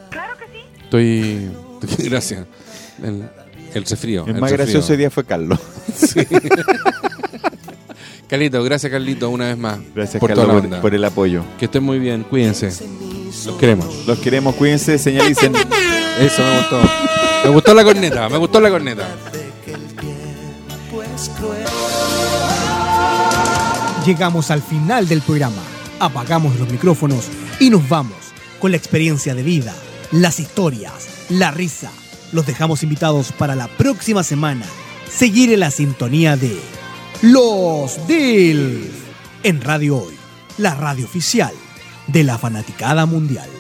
[SPEAKER 2] Estoy. Gracias. El, el resfrío.
[SPEAKER 4] el más gracioso hoy día fue Carlos.
[SPEAKER 2] Carlito, gracias Carlito una vez más.
[SPEAKER 4] Gracias,
[SPEAKER 2] por
[SPEAKER 4] Carlos,
[SPEAKER 2] toda la
[SPEAKER 4] por,
[SPEAKER 2] onda.
[SPEAKER 4] por el apoyo.
[SPEAKER 2] Que estén muy bien, cuídense. Los queremos.
[SPEAKER 4] Los queremos, cuídense, señalicen.
[SPEAKER 2] Eso me gustó. Me gustó la corneta, me gustó la corneta.
[SPEAKER 3] Llegamos al final del programa, apagamos los micrófonos y nos vamos con la experiencia de vida, las historias, la risa. Los dejamos invitados para la próxima semana. Seguir en la sintonía de Los DILF en Radio Hoy, la radio oficial de la Fanaticada Mundial.